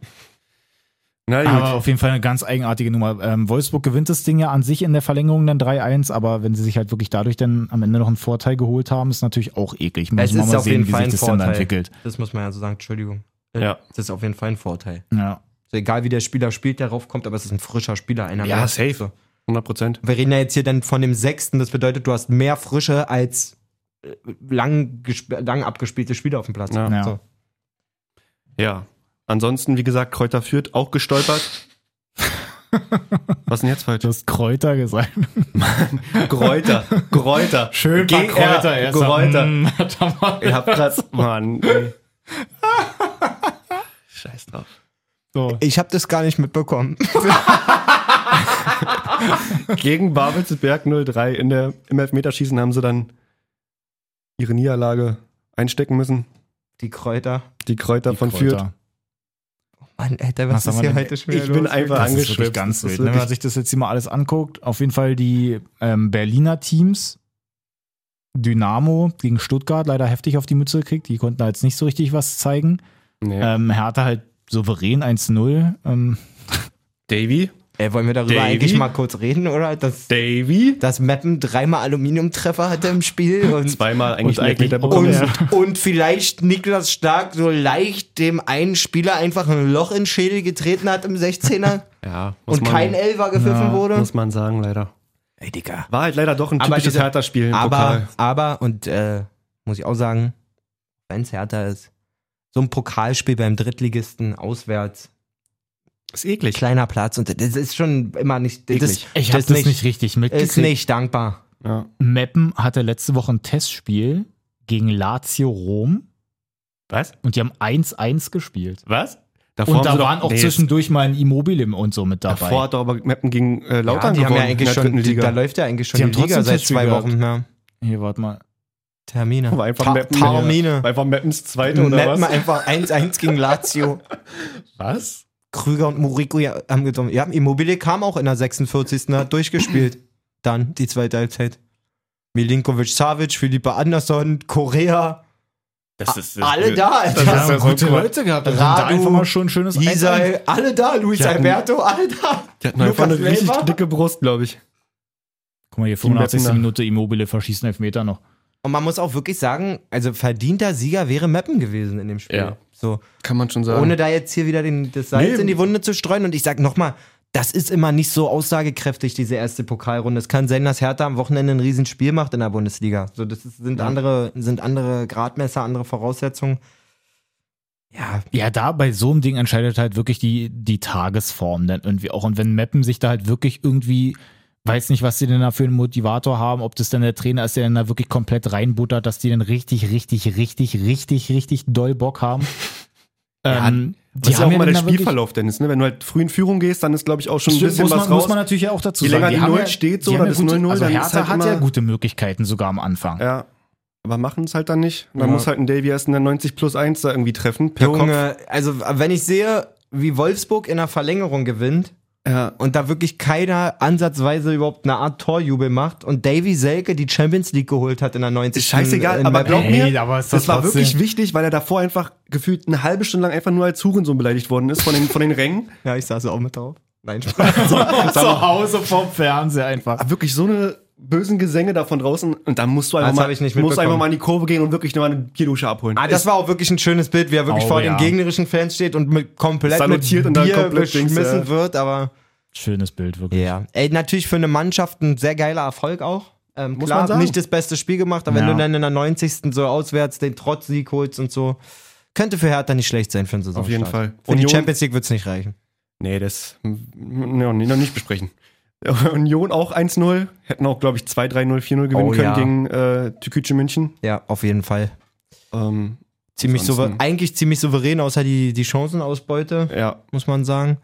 Speaker 3: Na gut.
Speaker 2: Aber auf jeden Fall eine ganz eigenartige Nummer. Ähm, Wolfsburg gewinnt das Ding ja an sich in der Verlängerung dann 3-1, aber wenn sie sich halt wirklich dadurch dann am Ende noch einen Vorteil geholt haben, ist natürlich auch eklig. Muss
Speaker 1: Es
Speaker 2: man
Speaker 1: ist
Speaker 2: mal
Speaker 1: auf
Speaker 2: sehen,
Speaker 1: jeden
Speaker 2: wie
Speaker 1: Fall
Speaker 2: sich
Speaker 1: ein
Speaker 2: das dann da
Speaker 1: Vorteil.
Speaker 2: entwickelt.
Speaker 1: Das muss man ja so sagen, Entschuldigung.
Speaker 3: Ja.
Speaker 1: Das ist auf jeden Fall ein Vorteil.
Speaker 2: Ja.
Speaker 1: Also egal wie der Spieler spielt, der raufkommt, aber es ist ein frischer Spieler. Einer
Speaker 3: Ja,
Speaker 1: mehr.
Speaker 3: safe.
Speaker 1: So.
Speaker 3: 100 Prozent.
Speaker 1: Wir reden ja jetzt hier dann von dem sechsten. Das bedeutet, du hast mehr Frische als äh, lang, gesp- lang abgespielte Spieler auf dem Platz.
Speaker 3: Ja.
Speaker 2: Ja.
Speaker 1: So.
Speaker 3: Ja. Ansonsten, wie gesagt, Kräuter führt, auch gestolpert. Was ist denn jetzt falsch?
Speaker 2: Du hast Kräuter gesagt.
Speaker 3: Kräuter. Kräuter.
Speaker 2: mal
Speaker 3: GR,
Speaker 2: erst mal,
Speaker 3: Kräuter.
Speaker 2: mm, warte mal.
Speaker 3: Ich hab grad. Mann, ey. Scheiß drauf.
Speaker 2: So.
Speaker 1: Ich habe das gar nicht mitbekommen.
Speaker 3: Gegen Babelsberg 03 in der, im Elfmeterschießen haben sie dann ihre Niederlage einstecken müssen.
Speaker 1: Die Kräuter.
Speaker 3: Die Kräuter von Fürth.
Speaker 2: Kräuter.
Speaker 1: Mann, Alter,
Speaker 2: Was haben
Speaker 1: was, ist
Speaker 2: wir
Speaker 1: hier
Speaker 2: denn?
Speaker 1: heute schon wieder
Speaker 3: Ich bin
Speaker 1: los?
Speaker 3: einfach
Speaker 2: Das ist wirklich
Speaker 3: angeschwipst.
Speaker 2: ganz
Speaker 3: Das ist
Speaker 2: wild. ne? Wenn man
Speaker 3: wirklich-
Speaker 2: sich das jetzt hier mal alles anguckt, auf jeden Fall die ähm, Berliner Teams, Dynamo gegen Stuttgart leider heftig auf die Mütze gekriegt. Die konnten da jetzt nicht so richtig was zeigen.
Speaker 3: Nee.
Speaker 2: Ähm, Hertha halt souverän 1-0. Ähm,
Speaker 3: Davy?
Speaker 1: Ey, wollen wir darüber
Speaker 3: Davy?
Speaker 1: eigentlich mal kurz reden, oder? Dass,
Speaker 3: Davy?
Speaker 1: dass Meppen dreimal Aluminiumtreffer hatte im Spiel und
Speaker 3: Zweimal eigentlich
Speaker 2: Und
Speaker 3: einen Elfmeter
Speaker 2: eigentlich-
Speaker 3: bekommen.
Speaker 1: Und,
Speaker 2: Ja.
Speaker 1: und vielleicht Niklas Stark so leicht dem einen Spieler einfach ein Loch in den Schädel getreten hat im 16er
Speaker 3: Ja, muss
Speaker 1: und kein
Speaker 3: man,
Speaker 1: Elfer gepfiffen wurde.
Speaker 3: muss man sagen, leider.
Speaker 1: Ey, Digga.
Speaker 3: War halt leider doch ein
Speaker 1: Aber
Speaker 3: typisches
Speaker 1: diese-
Speaker 3: Hertha-Spiel im
Speaker 1: Aber,
Speaker 3: Pokal.
Speaker 1: aber, und äh, muss ich auch sagen, wenn es härter ist, so ein Pokalspiel beim Drittligisten auswärts,
Speaker 3: Ist eklig.
Speaker 1: kleiner Platz und das ist schon immer nicht. Das,
Speaker 3: Eklig.
Speaker 2: ich habe das, nicht richtig mitgekriegt.
Speaker 1: Ist nicht dankbar.
Speaker 3: Ja.
Speaker 2: Meppen hatte letzte Woche ein Testspiel gegen Lazio Rom
Speaker 3: Was?
Speaker 2: und die haben 1-1 gespielt.
Speaker 3: Was?
Speaker 2: und da waren auch zwischendurch mal ein Immobilien und so mit dabei.
Speaker 3: Davor hat doch aber Meppen gegen äh, Lautern
Speaker 1: die haben
Speaker 3: gewonnen
Speaker 1: ja
Speaker 3: in
Speaker 1: eigentlich
Speaker 3: der
Speaker 1: schon,
Speaker 3: dritten
Speaker 1: die,
Speaker 3: Liga.
Speaker 1: da läuft ja eigentlich schon
Speaker 2: Die
Speaker 1: die,
Speaker 2: haben
Speaker 1: Liga
Speaker 2: trotzdem
Speaker 1: seit
Speaker 2: Testspiel
Speaker 1: zwei
Speaker 2: gehabt.
Speaker 1: Wochen. Ja.
Speaker 2: Hier, warte mal.
Speaker 1: Termine.
Speaker 3: War einfach
Speaker 1: Ta-
Speaker 3: Meppen-
Speaker 1: Termine.
Speaker 3: Einfach Meppens zweite oder
Speaker 1: Meppen
Speaker 3: was?
Speaker 1: einfach 1-1 gegen Lazio.
Speaker 3: Was?
Speaker 1: Krüger und Murico ja- haben getroffen. Ja, Immobilie kam auch in der 46. hat durchgespielt. Dann die zweite Halbzeit. Milinkovic, Savic, Philippa Andersson, Korea.
Speaker 3: Das ist,
Speaker 1: alle da, Alter.
Speaker 2: Da haben gute
Speaker 3: Rückkehr.
Speaker 2: Leute gehabt.
Speaker 1: Radu,
Speaker 2: Also da einfach mal schon ein schönes 1-1.
Speaker 1: Isai, alle da. Luis
Speaker 3: Die hatten-
Speaker 1: Alberto, alle da.
Speaker 3: Die hatten einfach
Speaker 1: Lukas
Speaker 3: eine richtig
Speaker 1: Leiva.
Speaker 3: dicke Brust, glaube ich.
Speaker 2: Guck mal hier,
Speaker 3: Team
Speaker 2: 85.
Speaker 3: Meppener.
Speaker 2: Minute Immobile verschießen Elfmeter noch.
Speaker 1: Und man muss auch wirklich sagen, also verdienter Sieger wäre Meppen gewesen in dem Spiel.
Speaker 3: Ja.
Speaker 1: So.
Speaker 3: Kann man schon sagen.
Speaker 1: Ohne da jetzt hier wieder den, das Salz
Speaker 3: Nee.
Speaker 1: in die Wunde zu streuen. Und ich sag nochmal, das ist immer nicht so aussagekräftig, diese erste Pokalrunde. Es kann sein, dass Hertha am Wochenende ein Riesenspiel macht in der Bundesliga. So, das ist, sind, andere, sind andere Gradmesser, andere Voraussetzungen. Ja,
Speaker 2: Ja, da bei so einem Ding entscheidet halt wirklich die, die Tagesform dann irgendwie auch. Und wenn Meppen sich da halt wirklich irgendwie, weiß nicht, was die denn da für einen Motivator haben, ob das denn der Trainer ist, der denn da wirklich komplett reinbuttert, dass die dann richtig, richtig, richtig, richtig, richtig doll Bock haben. ähm,
Speaker 3: das ist ja auch mal
Speaker 2: dann
Speaker 3: der
Speaker 2: da wirklich-
Speaker 3: Spielverlauf, Dennis. Ne? Wenn du halt früh in Führung gehst, dann ist, glaube ich, auch schon ein
Speaker 2: Stimmt,
Speaker 3: bisschen
Speaker 2: muss man,
Speaker 3: was raus.
Speaker 2: Muss man natürlich ja auch dazu
Speaker 3: Je
Speaker 2: sagen.
Speaker 3: länger die
Speaker 2: haben
Speaker 3: Null
Speaker 2: ja-
Speaker 3: steht, so,
Speaker 2: die haben
Speaker 3: oder
Speaker 2: ja
Speaker 3: bis
Speaker 2: gute-
Speaker 3: 0-0,
Speaker 2: also
Speaker 3: dann ist
Speaker 2: Hertha
Speaker 3: halt
Speaker 2: hat
Speaker 3: immer-
Speaker 2: ja gute Möglichkeiten sogar am Anfang.
Speaker 3: ja. Aber machen es halt dann nicht. Und Dann
Speaker 1: Ja.
Speaker 3: muss halt ein Davy erst in der 90 plus 1 da irgendwie treffen. Per Kopf.
Speaker 1: Junge, also wenn ich sehe, wie Wolfsburg in der Verlängerung gewinnt
Speaker 3: Ja.
Speaker 1: und da wirklich keiner ansatzweise überhaupt eine Art Torjubel macht und Davy Selke die Champions League geholt hat in der 90.
Speaker 3: Ist scheißegal,
Speaker 1: in
Speaker 3: aber
Speaker 1: Meppen.
Speaker 3: glaub mir,
Speaker 2: Ey, aber ist
Speaker 3: das, war
Speaker 2: trotzdem-
Speaker 3: wirklich wichtig, weil er davor einfach gefühlt eine halbe Stunde lang einfach nur als Hurensohn beleidigt worden ist von den, von den Rängen.
Speaker 1: Ja, ich saß auch mit drauf. Nein, Spaß.
Speaker 2: Zu Hause vom Fernseher einfach.
Speaker 3: Aber wirklich so eine bösen Gesänge da von draußen und dann musst du einfach,
Speaker 1: Das
Speaker 3: mal,
Speaker 1: hab ich nicht
Speaker 3: musst
Speaker 1: mitbekommen.
Speaker 3: einfach mal in die Kurve gehen und wirklich nochmal eine Kiedusche abholen.
Speaker 1: Ah, das war auch wirklich ein schönes Bild, wie er wirklich
Speaker 2: Oh,
Speaker 1: vor
Speaker 2: ja.
Speaker 1: den gegnerischen Fans steht und mit komplett
Speaker 3: Salutiert
Speaker 1: mit
Speaker 3: und dann
Speaker 1: Bier
Speaker 3: komplett Dings,
Speaker 1: beschmissen
Speaker 3: äh,
Speaker 1: wird, aber
Speaker 2: Schönes Bild, wirklich.
Speaker 1: ja. Ey, natürlich für eine Mannschaft ein sehr geiler Erfolg auch. Ähm,
Speaker 3: Muss
Speaker 1: klar,
Speaker 3: man sagen.
Speaker 1: nicht das beste Spiel gemacht, aber wenn
Speaker 2: Ja.
Speaker 1: du dann in der 90. so auswärts den Trotz-Sieg holst und so, könnte für Hertha nicht schlecht sein für einen Saisonstart.
Speaker 3: Auf jeden Fall.
Speaker 1: Für
Speaker 3: Union-
Speaker 1: die Champions League wird es nicht reichen.
Speaker 3: nee, das mm, ja, nee, noch nicht besprechen. Union auch 1-0, hätten auch, glaube ich, 2-3-0, 4-0 gewinnen
Speaker 1: Oh,
Speaker 3: können
Speaker 1: ja.
Speaker 3: gegen äh, Tükütschü München.
Speaker 1: Ja, auf jeden Fall.
Speaker 3: Ähm,
Speaker 1: Ziemlich souver
Speaker 3: Ansonsten-
Speaker 1: eigentlich ziemlich souverän, außer die, die Chancenausbeute,
Speaker 3: ja.
Speaker 1: muss man sagen.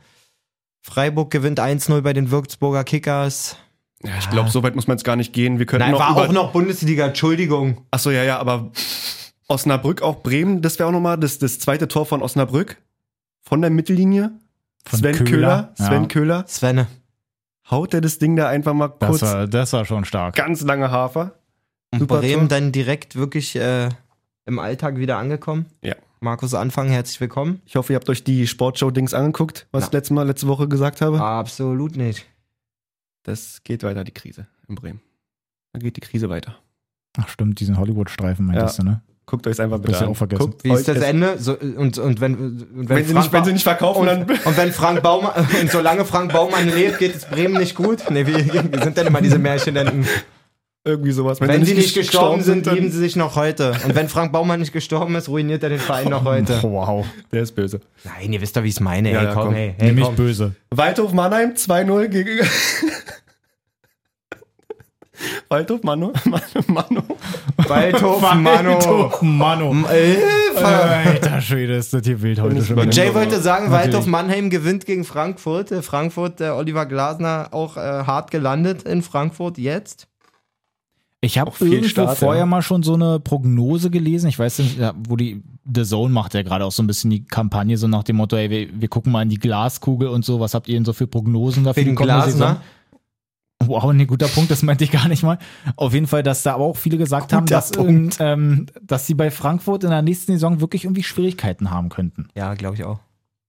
Speaker 1: Freiburg gewinnt 1-0 bei den Würzburger Kickers.
Speaker 3: ja, ich glaube, so weit muss man jetzt gar nicht gehen. Wir könnten
Speaker 1: Nein,
Speaker 3: noch
Speaker 1: war
Speaker 3: über-
Speaker 1: auch noch Bundesliga, Entschuldigung.
Speaker 3: Achso, ja, ja, aber Osnabrück, auch Bremen, das wäre auch nochmal das, das zweite Tor von Osnabrück. Von der Mittellinie.
Speaker 2: Von
Speaker 3: Sven Köhler.
Speaker 2: Köhler,
Speaker 3: Sven
Speaker 2: ja.
Speaker 3: Köhler.
Speaker 1: Svenne.
Speaker 3: Haut er das Ding da einfach mal
Speaker 2: Das
Speaker 3: kurz.
Speaker 2: war, das war schon stark.
Speaker 3: Ganz lange Hafer.
Speaker 1: Und
Speaker 3: Super
Speaker 1: Bremen
Speaker 3: Tor.
Speaker 1: dann direkt wirklich äh, im Alltag wieder angekommen.
Speaker 3: Ja.
Speaker 1: Markus Anfang, herzlich willkommen.
Speaker 3: Ich hoffe, ihr habt euch die Sportshow-Dings angeguckt, was ich letztes Mal, letzte Woche gesagt habe.
Speaker 1: Absolut nicht.
Speaker 3: Ah. Das geht weiter, die Krise in Bremen. Da geht die Krise weiter.
Speaker 2: Ach stimmt, diesen Hollywood-Streifen meintest du, ne?
Speaker 3: Guckt euch es einfach bitte
Speaker 2: Bisschen
Speaker 3: an.
Speaker 2: auch vergessen.
Speaker 3: Guckt
Speaker 1: Wie
Speaker 3: euch
Speaker 1: ist das
Speaker 3: es-
Speaker 1: Ende? So, und, und wenn, und wenn,
Speaker 3: Wenn sie,
Speaker 1: Frank
Speaker 3: nicht, wenn sie nicht verkaufen,
Speaker 1: und,
Speaker 3: dann.
Speaker 1: und wenn Frank Baumann, und solange Frank Baumann lebt, geht es Bremen nicht gut? Nee, wie, wie sind denn immer diese Märchen denn?
Speaker 3: Irgendwie sowas.
Speaker 1: Wenn sie nicht gestorben sind,
Speaker 3: dann-
Speaker 1: lieben sie sich noch heute. Und wenn Frank Baumann nicht gestorben ist, ruiniert er den Verein noch heute.
Speaker 2: Oh, Wow.
Speaker 3: Der ist böse.
Speaker 1: Nein, ihr wisst doch, wie ich es meine.
Speaker 3: Ja,
Speaker 1: ey,
Speaker 3: ja,
Speaker 1: komm,
Speaker 3: komm.
Speaker 1: Hey, hey,
Speaker 2: Nämlich
Speaker 1: komm.
Speaker 2: böse.
Speaker 3: Waldhof Mannheim 2-0 gegen. Waldhof Mano. Mano. Mano.
Speaker 2: Oh,
Speaker 1: Waldhof, Um Mano.
Speaker 2: Mano. Alter Schwede, ist das hier wild heute schon.
Speaker 3: Übernimmt
Speaker 2: wieder.
Speaker 1: Jay
Speaker 3: aber-
Speaker 1: wollte sagen, Waldhof Mannheim gewinnt gegen Frankfurt. Äh, Frankfurt, der Oliver Glasner auch äh, hart gelandet in Frankfurt jetzt.
Speaker 2: Ich habe
Speaker 3: Auch viel
Speaker 2: irgendwo
Speaker 3: Start,
Speaker 2: vorher
Speaker 3: ja.
Speaker 2: mal schon so eine Prognose gelesen. Ich weiß nicht, ja, wo die The Zone macht ja gerade auch so ein bisschen die Kampagne, so nach dem Motto, ey, wir, wir gucken mal in die Glaskugel und so, was habt ihr denn so für Prognosen dafür?
Speaker 1: Wegen
Speaker 2: ne?
Speaker 1: Glasner.
Speaker 2: Wow, ein guter Punkt, das meinte ich gar nicht mal. Auf jeden Fall, dass da aber auch viele gesagt haben,
Speaker 1: Guter
Speaker 2: dass, irgend, ähm, dass sie bei Frankfurt in der nächsten Saison wirklich irgendwie Schwierigkeiten haben könnten.
Speaker 1: Ja, glaube ich auch.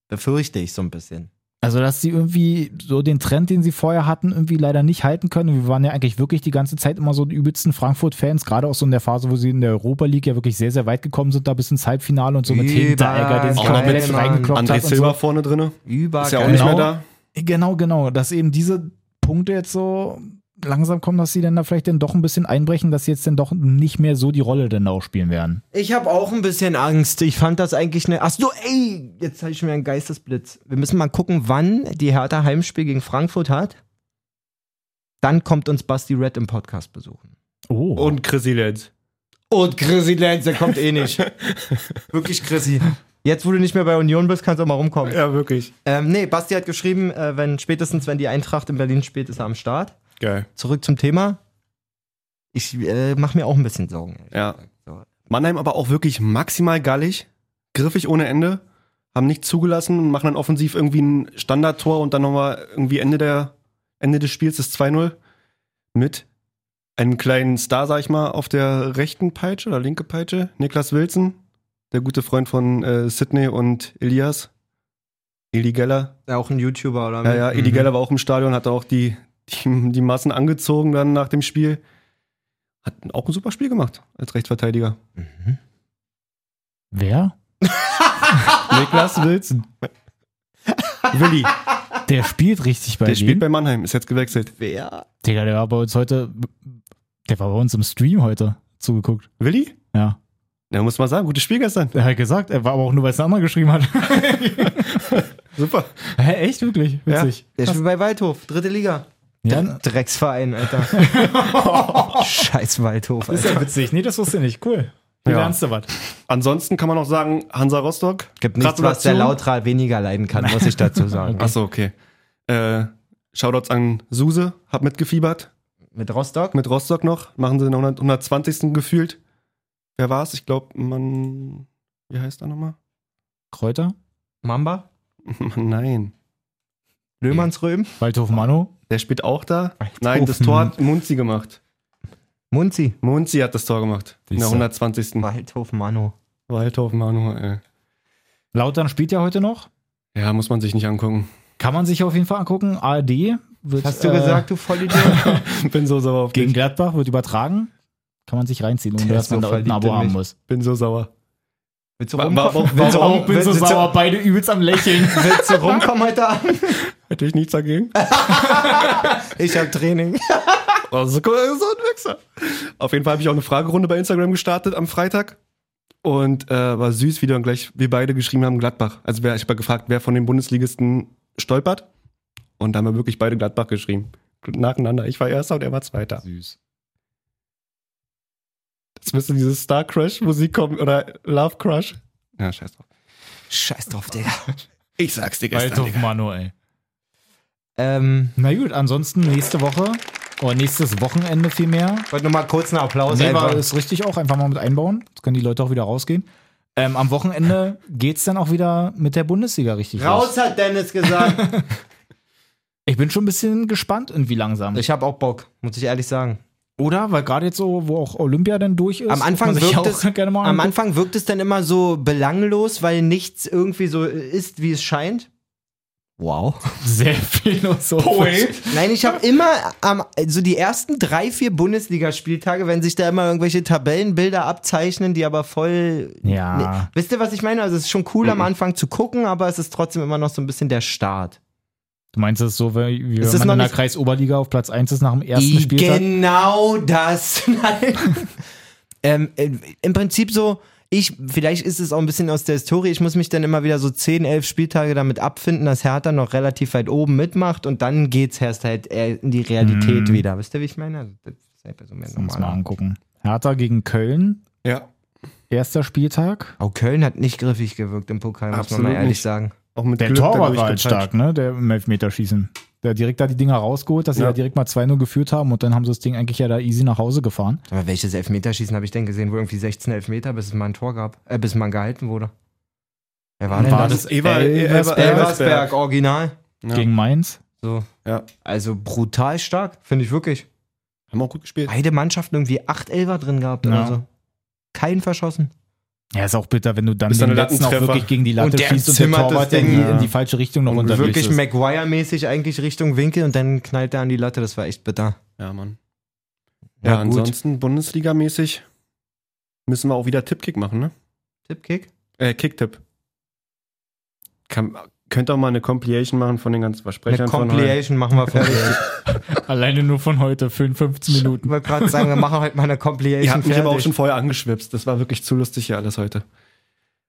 Speaker 1: Befürchte ich so ein bisschen.
Speaker 2: Also, dass sie irgendwie so den Trend, den sie vorher hatten, irgendwie leider nicht halten können. Wir waren ja eigentlich wirklich die ganze Zeit immer so die übelsten Frankfurt-Fans, gerade auch so in der Phase, wo sie in der Europa League ja wirklich sehr, sehr weit gekommen sind, da bis ins Halbfinale und so mit
Speaker 1: Übergeil,
Speaker 2: Hinteregger, den sie
Speaker 3: Mann.
Speaker 2: komplett reingekloppt
Speaker 3: André
Speaker 2: hat. Und
Speaker 3: Silva
Speaker 2: so.
Speaker 3: vorne drin.
Speaker 1: Übergeil.
Speaker 3: Ist ja auch nicht mehr
Speaker 2: Genau.
Speaker 3: da.
Speaker 2: Genau, genau, dass eben diese Punkte jetzt so langsam kommen, dass sie dann da vielleicht dann doch ein bisschen einbrechen, dass sie jetzt dann doch nicht mehr so die Rolle dann auch spielen werden.
Speaker 1: Ich habe auch ein bisschen Angst. Ich fand das eigentlich eine. Ach so, ey, jetzt habe ich mir einen Geistesblitz. Wir müssen mal gucken, wann die Hertha Heimspiel gegen Frankfurt hat. Dann kommt uns Basti Red im Podcast besuchen.
Speaker 2: Oh.
Speaker 3: Und Chrissy Lenz.
Speaker 1: Und Chrissy Lenz, der kommt eh nicht. Wirklich Chrissy. Jetzt, wo du nicht mehr bei Union bist, kannst du auch mal rumkommen.
Speaker 3: Ja, wirklich.
Speaker 1: Ähm, nee, Basti hat geschrieben, äh, wenn spätestens, wenn die Eintracht in Berlin spielt, ist er am Start.
Speaker 3: Geil.
Speaker 1: Zurück zum Thema. Ich äh, mache mir auch ein bisschen Sorgen. ehrlich
Speaker 3: Ja.
Speaker 1: gesagt. So.
Speaker 3: Mannheim aber auch wirklich maximal gallig, griffig ohne Ende, haben nicht zugelassen und machen dann offensiv irgendwie ein Standardtor und dann nochmal irgendwie Ende, der, Ende des Spiels das 2-0 mit einem kleinen Star, sag ich mal, auf der rechten Peitsche oder linke Peitsche, Niklas Wilson, der gute Freund von äh, Sydney und Elias. Eli Geller.
Speaker 1: Ja, Auch ein YouTuber oder
Speaker 3: Ja, ja, Eli Geller war auch im Stadion, hat auch die, die, die Massen angezogen dann nach dem Spiel. Hat auch ein super Spiel gemacht als Rechtsverteidiger.
Speaker 2: Wer?
Speaker 3: Niklas Wilson. Willi, der
Speaker 2: Der spielt richtig bei
Speaker 3: spielt
Speaker 2: denen.
Speaker 3: bei Mannheim, ist jetzt gewechselt.
Speaker 1: Mhm. Wer?
Speaker 2: Digga, der war bei uns heute, der war bei uns im Stream heute zugeguckt.
Speaker 3: Willi?
Speaker 2: Ja.
Speaker 3: Na, muss man sagen, gutes Spiel gestern.
Speaker 2: Er hat gesagt, er war aber auch nur, weil es ein anderer geschrieben hat.
Speaker 3: Super.
Speaker 2: Hä, echt, wirklich? Witzig.
Speaker 1: Der spielt bei Waldhof, dritte Liga.
Speaker 2: Ja.
Speaker 1: Drecksverein, Alter. Scheiß Waldhof,
Speaker 2: Ist
Speaker 1: Alter.
Speaker 2: ja witzig. Nee, das wusste ich nicht. Cool. Wie
Speaker 3: Ja.
Speaker 2: lernst du was?
Speaker 3: Ansonsten kann man auch sagen, Hansa Rostock.
Speaker 1: Gibt nichts, was der Lautra weniger leiden kann, muss ich dazu sagen.
Speaker 3: Achso, okay. Äh, Shoutouts an Suse, hab mitgefiebert.
Speaker 1: Mit Rostock?
Speaker 3: Mit Rostock noch, machen sie den 100 120. gefühlt. Wer war's? Ich glaube, man. Wie heißt er nochmal?
Speaker 2: Kräuter,
Speaker 1: Mamba?
Speaker 3: Nein.
Speaker 1: Löhmannsröhm?
Speaker 2: Waldhof Mano.
Speaker 3: Der spielt auch da? Nein, das Tor hat Munzi gemacht.
Speaker 1: Munzi?
Speaker 3: Munzi hat das Tor gemacht. In der
Speaker 2: Siehste.
Speaker 3: 120.
Speaker 1: Waldhof, Mano.
Speaker 3: Waldhof Manuel, ey.
Speaker 2: Lautern spielt ja heute noch.
Speaker 3: Ja, muss man sich nicht angucken.
Speaker 2: Kann man sich auf jeden Fall angucken. ARD wird.
Speaker 1: Hast du
Speaker 2: äh,
Speaker 1: gesagt, du Vollidiot?
Speaker 3: bin so sauer auf
Speaker 2: Gegen
Speaker 3: dich.
Speaker 2: Gladbach wird übertragen. Kann man sich reinziehen, ohne
Speaker 1: Der
Speaker 2: dass
Speaker 1: ist
Speaker 2: man
Speaker 1: so
Speaker 2: da ein
Speaker 1: verliebt in
Speaker 2: Abo haben
Speaker 1: mich. Also
Speaker 2: muss. Also,
Speaker 3: Bin so sauer.
Speaker 1: Willst du
Speaker 3: Wa- wa-
Speaker 1: rumkommen?
Speaker 3: wa-
Speaker 1: Willst du
Speaker 3: warum
Speaker 1: rum- willst du-
Speaker 2: beide übelst am Lächeln.
Speaker 1: Willst du rumkommen heute Abend?
Speaker 3: Hätte ich nichts dagegen.
Speaker 1: Ich hab Training.
Speaker 3: Also, so ein Wichser. Auf jeden Fall habe ich auch eine Fragerunde bei Instagram gestartet am Freitag. Und äh, war süß, wie dann gleich wir beide geschrieben haben, Gladbach. Also wer, ich habe gefragt, wer von den Bundesligisten stolpert. Und da haben wir wirklich beide Gladbach geschrieben. Nacheinander. Ich war erster und er war zweiter.
Speaker 2: Süß.
Speaker 3: Jetzt müsste diese Star Crush Musik kommen oder Love Crush. Ja, scheiß drauf.
Speaker 1: Scheiß drauf, Digga.
Speaker 3: Ich sag's dir
Speaker 2: Waldhof Mano, ey.
Speaker 1: Ähm,
Speaker 2: Na gut, ansonsten nächste Woche oder nächstes Wochenende vielmehr.
Speaker 1: ich wollte nur mal kurz einen Applaus
Speaker 2: Nee, war
Speaker 1: einfach.
Speaker 2: ist richtig auch einfach mal mit einbauen. Jetzt können die Leute auch wieder rausgehen. Ähm, am Wochenende geht's dann auch wieder mit der Bundesliga richtig
Speaker 1: Raus hat Dennis gesagt.
Speaker 2: Ich bin schon ein bisschen gespannt, irgendwie langsam.
Speaker 1: ich hab auch Bock, muss ich ehrlich sagen.
Speaker 2: Oder? Weil gerade jetzt so, wo auch Olympia dann durch ist,
Speaker 1: Am Anfang
Speaker 2: ob man sich
Speaker 1: wirkt
Speaker 2: auch
Speaker 1: es-
Speaker 2: gerne mal
Speaker 1: Am
Speaker 2: anguckt.
Speaker 1: Anfang wirkt es dann immer so belanglos, weil nichts irgendwie so ist, wie es scheint. Wow.
Speaker 2: Sehr philosophisch.
Speaker 1: Nein, ich habe immer am, also die ersten drei, vier Bundesligaspieltage, wenn sich da immer irgendwelche Tabellenbilder abzeichnen, die aber voll.
Speaker 2: Ja.
Speaker 1: Nee. Wisst ihr, was ich meine? Also es ist schon cool am Anfang zu gucken, aber es ist trotzdem immer noch so ein bisschen der Start.
Speaker 2: Du meinst es ist so, wie, wie
Speaker 1: Ist
Speaker 2: wenn
Speaker 1: es
Speaker 2: man
Speaker 1: noch
Speaker 2: in der
Speaker 1: nicht-
Speaker 2: Kreisoberliga auf Platz 1 ist nach dem ersten
Speaker 1: I-
Speaker 2: Spieltag?
Speaker 1: Genau das. Nein. ähm, äh, Im Prinzip so, ich, vielleicht ist es auch ein bisschen aus der Historie, ich muss mich dann immer wieder so 10, 11 Spieltage damit abfinden, dass Hertha noch relativ weit oben mitmacht und dann geht's erst halt eher in die Realität wieder. Wisst ihr, wie ich meine? Also, das ist halt so mehr
Speaker 2: Uns mal
Speaker 1: normal.
Speaker 2: angucken. Hertha gegen Köln,
Speaker 3: Ja.
Speaker 2: erster Spieltag.
Speaker 1: Auch Köln hat nicht griffig gewirkt im Pokal, muss
Speaker 3: Absolut
Speaker 1: man mal ehrlich
Speaker 3: nicht.
Speaker 1: sagen.
Speaker 3: Auch mit
Speaker 2: Der
Speaker 3: Glück, da glaub
Speaker 2: Torwart
Speaker 3: ich,
Speaker 2: war halt
Speaker 3: gezeigt.
Speaker 2: stark, ne? Der im Elfmeterschießen. Der hat direkt da die Dinger rausgeholt, dass sie
Speaker 3: Ja.
Speaker 2: ja direkt mal 2-0 geführt haben und dann haben sie das Ding eigentlich ja da easy nach Hause gefahren.
Speaker 1: Aber welches Elfmeterschießen habe ich denn gesehen, wo irgendwie 16 Elfmeter, bis es mal ein Tor gab, äh, bis man gehalten wurde? Wer war denn
Speaker 2: War
Speaker 1: das?
Speaker 2: das
Speaker 3: Eber-
Speaker 2: Elversberg?
Speaker 3: Eber-
Speaker 1: Elversberg, original.
Speaker 3: Ja.
Speaker 2: Gegen Mainz.
Speaker 1: So.
Speaker 3: Ja.
Speaker 1: Also brutal stark, finde ich wirklich.
Speaker 3: Haben auch gut gespielt.
Speaker 1: Beide Mannschaften irgendwie acht Elfer drin gehabt
Speaker 2: Ja.
Speaker 1: oder so. Keinen verschossen.
Speaker 2: Ja, ist auch bitter, wenn du dann
Speaker 3: Ist
Speaker 2: den
Speaker 3: dann ein
Speaker 2: letzten auch
Speaker 3: Lattentreffer.
Speaker 2: wirklich gegen die Latte
Speaker 1: Und der
Speaker 2: schießt und der
Speaker 1: zimmert das
Speaker 2: Torwart der
Speaker 1: Ding.
Speaker 2: in die-
Speaker 3: Ja.
Speaker 2: in die falsche Richtung noch
Speaker 1: Und
Speaker 2: unterwegs
Speaker 1: wirklich
Speaker 2: ist.
Speaker 1: Maguire-mäßig eigentlich Richtung Winkel und dann knallt er an die Latte. Das war echt bitter.
Speaker 3: Ja, Mann. Ja,
Speaker 1: Na gut.
Speaker 3: ansonsten Bundesliga-mäßig müssen wir auch wieder Tippkick machen, ne?
Speaker 1: Tippkick?
Speaker 3: Äh, Kicktipp. Kann, könnt auch mal eine Compilation machen von den ganzen
Speaker 1: Eine
Speaker 3: Versprechern. von heute.
Speaker 1: Compilation machen wir fertig.
Speaker 2: Alleine nur von heute, 55
Speaker 1: ich
Speaker 2: Minuten.
Speaker 1: wollte gerade sagen, wir machen heute mal eine
Speaker 3: Ihr
Speaker 1: Compilation
Speaker 3: habt mich aber auch
Speaker 1: fertig.
Speaker 3: schon vorher angeschwipst. Das war wirklich zu lustig hier alles heute.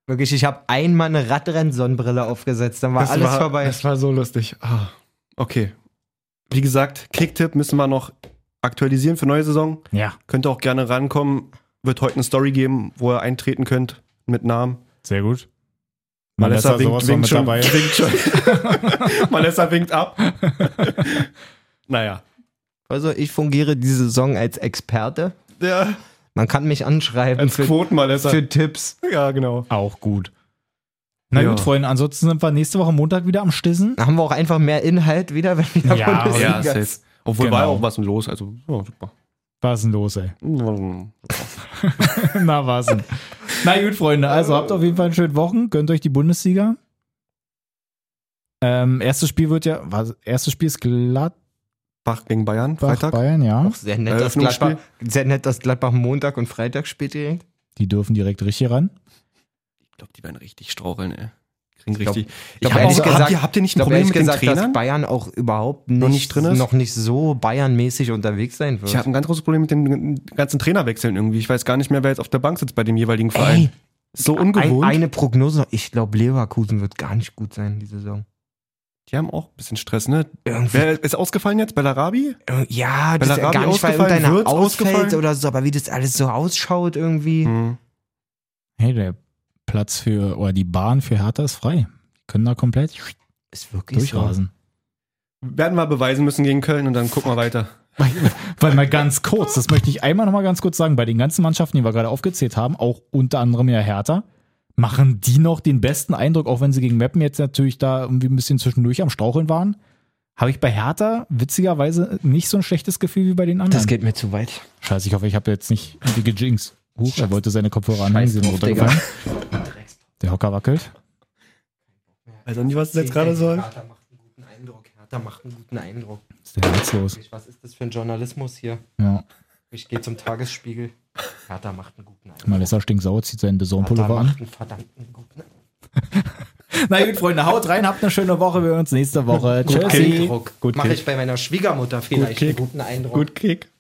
Speaker 1: Wirklich, ich habe einmal eine Radrennsonnenbrille aufgesetzt. Dann war
Speaker 3: das
Speaker 1: alles
Speaker 3: war,
Speaker 1: vorbei.
Speaker 3: Das war so lustig. Ah, okay. Wie gesagt, Kicktipp müssen wir noch aktualisieren für neue Saison.
Speaker 2: Ja,
Speaker 3: Könnt ihr auch gerne rankommen. Wird heute eine Story geben, wo ihr eintreten könnt mit Namen.
Speaker 2: sehr gut.
Speaker 3: Malessa winkt,
Speaker 2: sowas war
Speaker 3: winkt
Speaker 2: mit
Speaker 3: schon.
Speaker 2: dabei.
Speaker 3: Winkt schon. Malessa winkt ab. naja.
Speaker 1: Also, ich fungiere diese Saison als Experte.
Speaker 3: Ja,
Speaker 1: Man kann mich anschreiben
Speaker 3: als
Speaker 1: für,
Speaker 3: Quotenmalessa.
Speaker 1: für Tipps.
Speaker 3: Ja, genau.
Speaker 2: Auch gut. Na
Speaker 3: Ja.
Speaker 2: gut, Freunde, ansonsten sind wir nächste Woche Montag wieder am Stissen.
Speaker 1: Da haben wir auch einfach mehr Inhalt wieder, wenn wir
Speaker 2: Ja,
Speaker 1: Bundesliga
Speaker 3: Ja,
Speaker 1: sind.
Speaker 3: safe. Obwohl
Speaker 2: Genau.
Speaker 3: war ja auch was los. Also, ja, super.
Speaker 2: Was ist denn los, ey? Na, was denn? Na gut, Freunde, also habt auf jeden Fall einen schönen Wochen. Gönnt euch die Bundesliga. Ähm, erstes Spiel wird ja, was, erstes Spiel ist Gladbach,
Speaker 3: Bach gegen Bayern, Freitag.
Speaker 2: Bayern, ja.
Speaker 3: Hm?
Speaker 1: Auch sehr
Speaker 3: Äh,
Speaker 1: nett, dass
Speaker 3: Eröffnungsspiel.
Speaker 1: Gladbach, sehr nett, dass Gladbach Montag und Freitag spielt direkt.
Speaker 2: Die dürfen direkt richtig ran.
Speaker 3: Ich glaube, die werden richtig straucheln, ey. Kriegen
Speaker 1: Ich glaub-
Speaker 3: richtig.
Speaker 1: glaub,
Speaker 3: hab
Speaker 1: ehrlich
Speaker 3: auch-
Speaker 1: gesagt-
Speaker 3: habt, ihr, habt ihr nicht
Speaker 1: Ich
Speaker 3: ein
Speaker 1: glaube
Speaker 3: Problem
Speaker 1: ehrlich
Speaker 3: mit den
Speaker 1: gesagt, dass
Speaker 3: Trainern?
Speaker 1: Bayern auch überhaupt nicht,
Speaker 3: nicht drin ist?
Speaker 1: noch nicht so bayernmäßig unterwegs sein
Speaker 3: Ich habe
Speaker 1: wird.
Speaker 3: ein ganz großes Problem mit den ganzen Trainerwechseln irgendwie. Ich weiß gar nicht mehr, wer jetzt auf der Bank sitzt bei dem jeweiligen Verein.
Speaker 1: Ey,
Speaker 3: so ungewohnt.
Speaker 1: Ein, eine Prognose, noch. ich glaube, Leverkusen wird gar nicht gut sein, die Saison.
Speaker 3: die haben auch ein bisschen Stress, ne?
Speaker 1: Irgendwie,
Speaker 3: Wer ist ausgefallen jetzt? Bellarabi?
Speaker 1: irg- ja, das ist ja
Speaker 3: Bellarabi
Speaker 1: gar nicht, weil
Speaker 3: ausgefallen,
Speaker 1: irgendeiner
Speaker 3: Wirtz
Speaker 1: ausfällt
Speaker 3: ausgefallen?
Speaker 1: oder so, aber wie das alles so ausschaut irgendwie.
Speaker 3: Hm.
Speaker 2: Hey, der Platz für, oder die Bahn für Hertha ist frei. Die können da komplett
Speaker 1: Ist wirklich
Speaker 2: durchrasen.
Speaker 3: Werden wir beweisen müssen gegen Köln und dann gucken wir weiter.
Speaker 2: Weil mal ganz kurz, das möchte ich einmal nochmal ganz kurz sagen, bei den ganzen Mannschaften, die wir gerade aufgezählt haben, auch unter anderem ja Hertha, machen die noch den besten Eindruck, auch wenn sie gegen Meppen jetzt natürlich da irgendwie ein bisschen zwischendurch am Straucheln waren. Habe ich bei Hertha witzigerweise nicht so ein schlechtes Gefühl wie bei den anderen.
Speaker 1: Das geht mir zu weit.
Speaker 2: Scheiße, ich hoffe, ich habe jetzt nicht die gejinxt. Huch, er wollte seine Kopfhörer anhängen,
Speaker 1: Scheiß
Speaker 2: sie sind
Speaker 1: drauf, Digga.
Speaker 2: runtergefallen. Der Hocker wackelt.
Speaker 3: Also nicht, was
Speaker 1: Hertha macht einen guten Eindruck. Hertha macht einen guten Eindruck.
Speaker 2: Was ist denn jetzt los?
Speaker 1: Wirklich, Was ist das für ein Journalismus hier?
Speaker 2: Ja,
Speaker 1: Ich gehe zum Tagesspiegel. Hertha macht einen guten Eindruck.
Speaker 2: Malessa stinksauer zieht seinen
Speaker 1: Hertha
Speaker 2: Design-Pullover an.
Speaker 1: macht einen verdammten guten
Speaker 2: Na gut, Freunde, haut rein, habt eine schöne Woche. Wir hören uns nächste Woche. Tschüssi.
Speaker 1: Eindruck. Mache ich bei meiner Schwiegermutter vielleicht einen guten Eindruck.
Speaker 3: Gut Kick.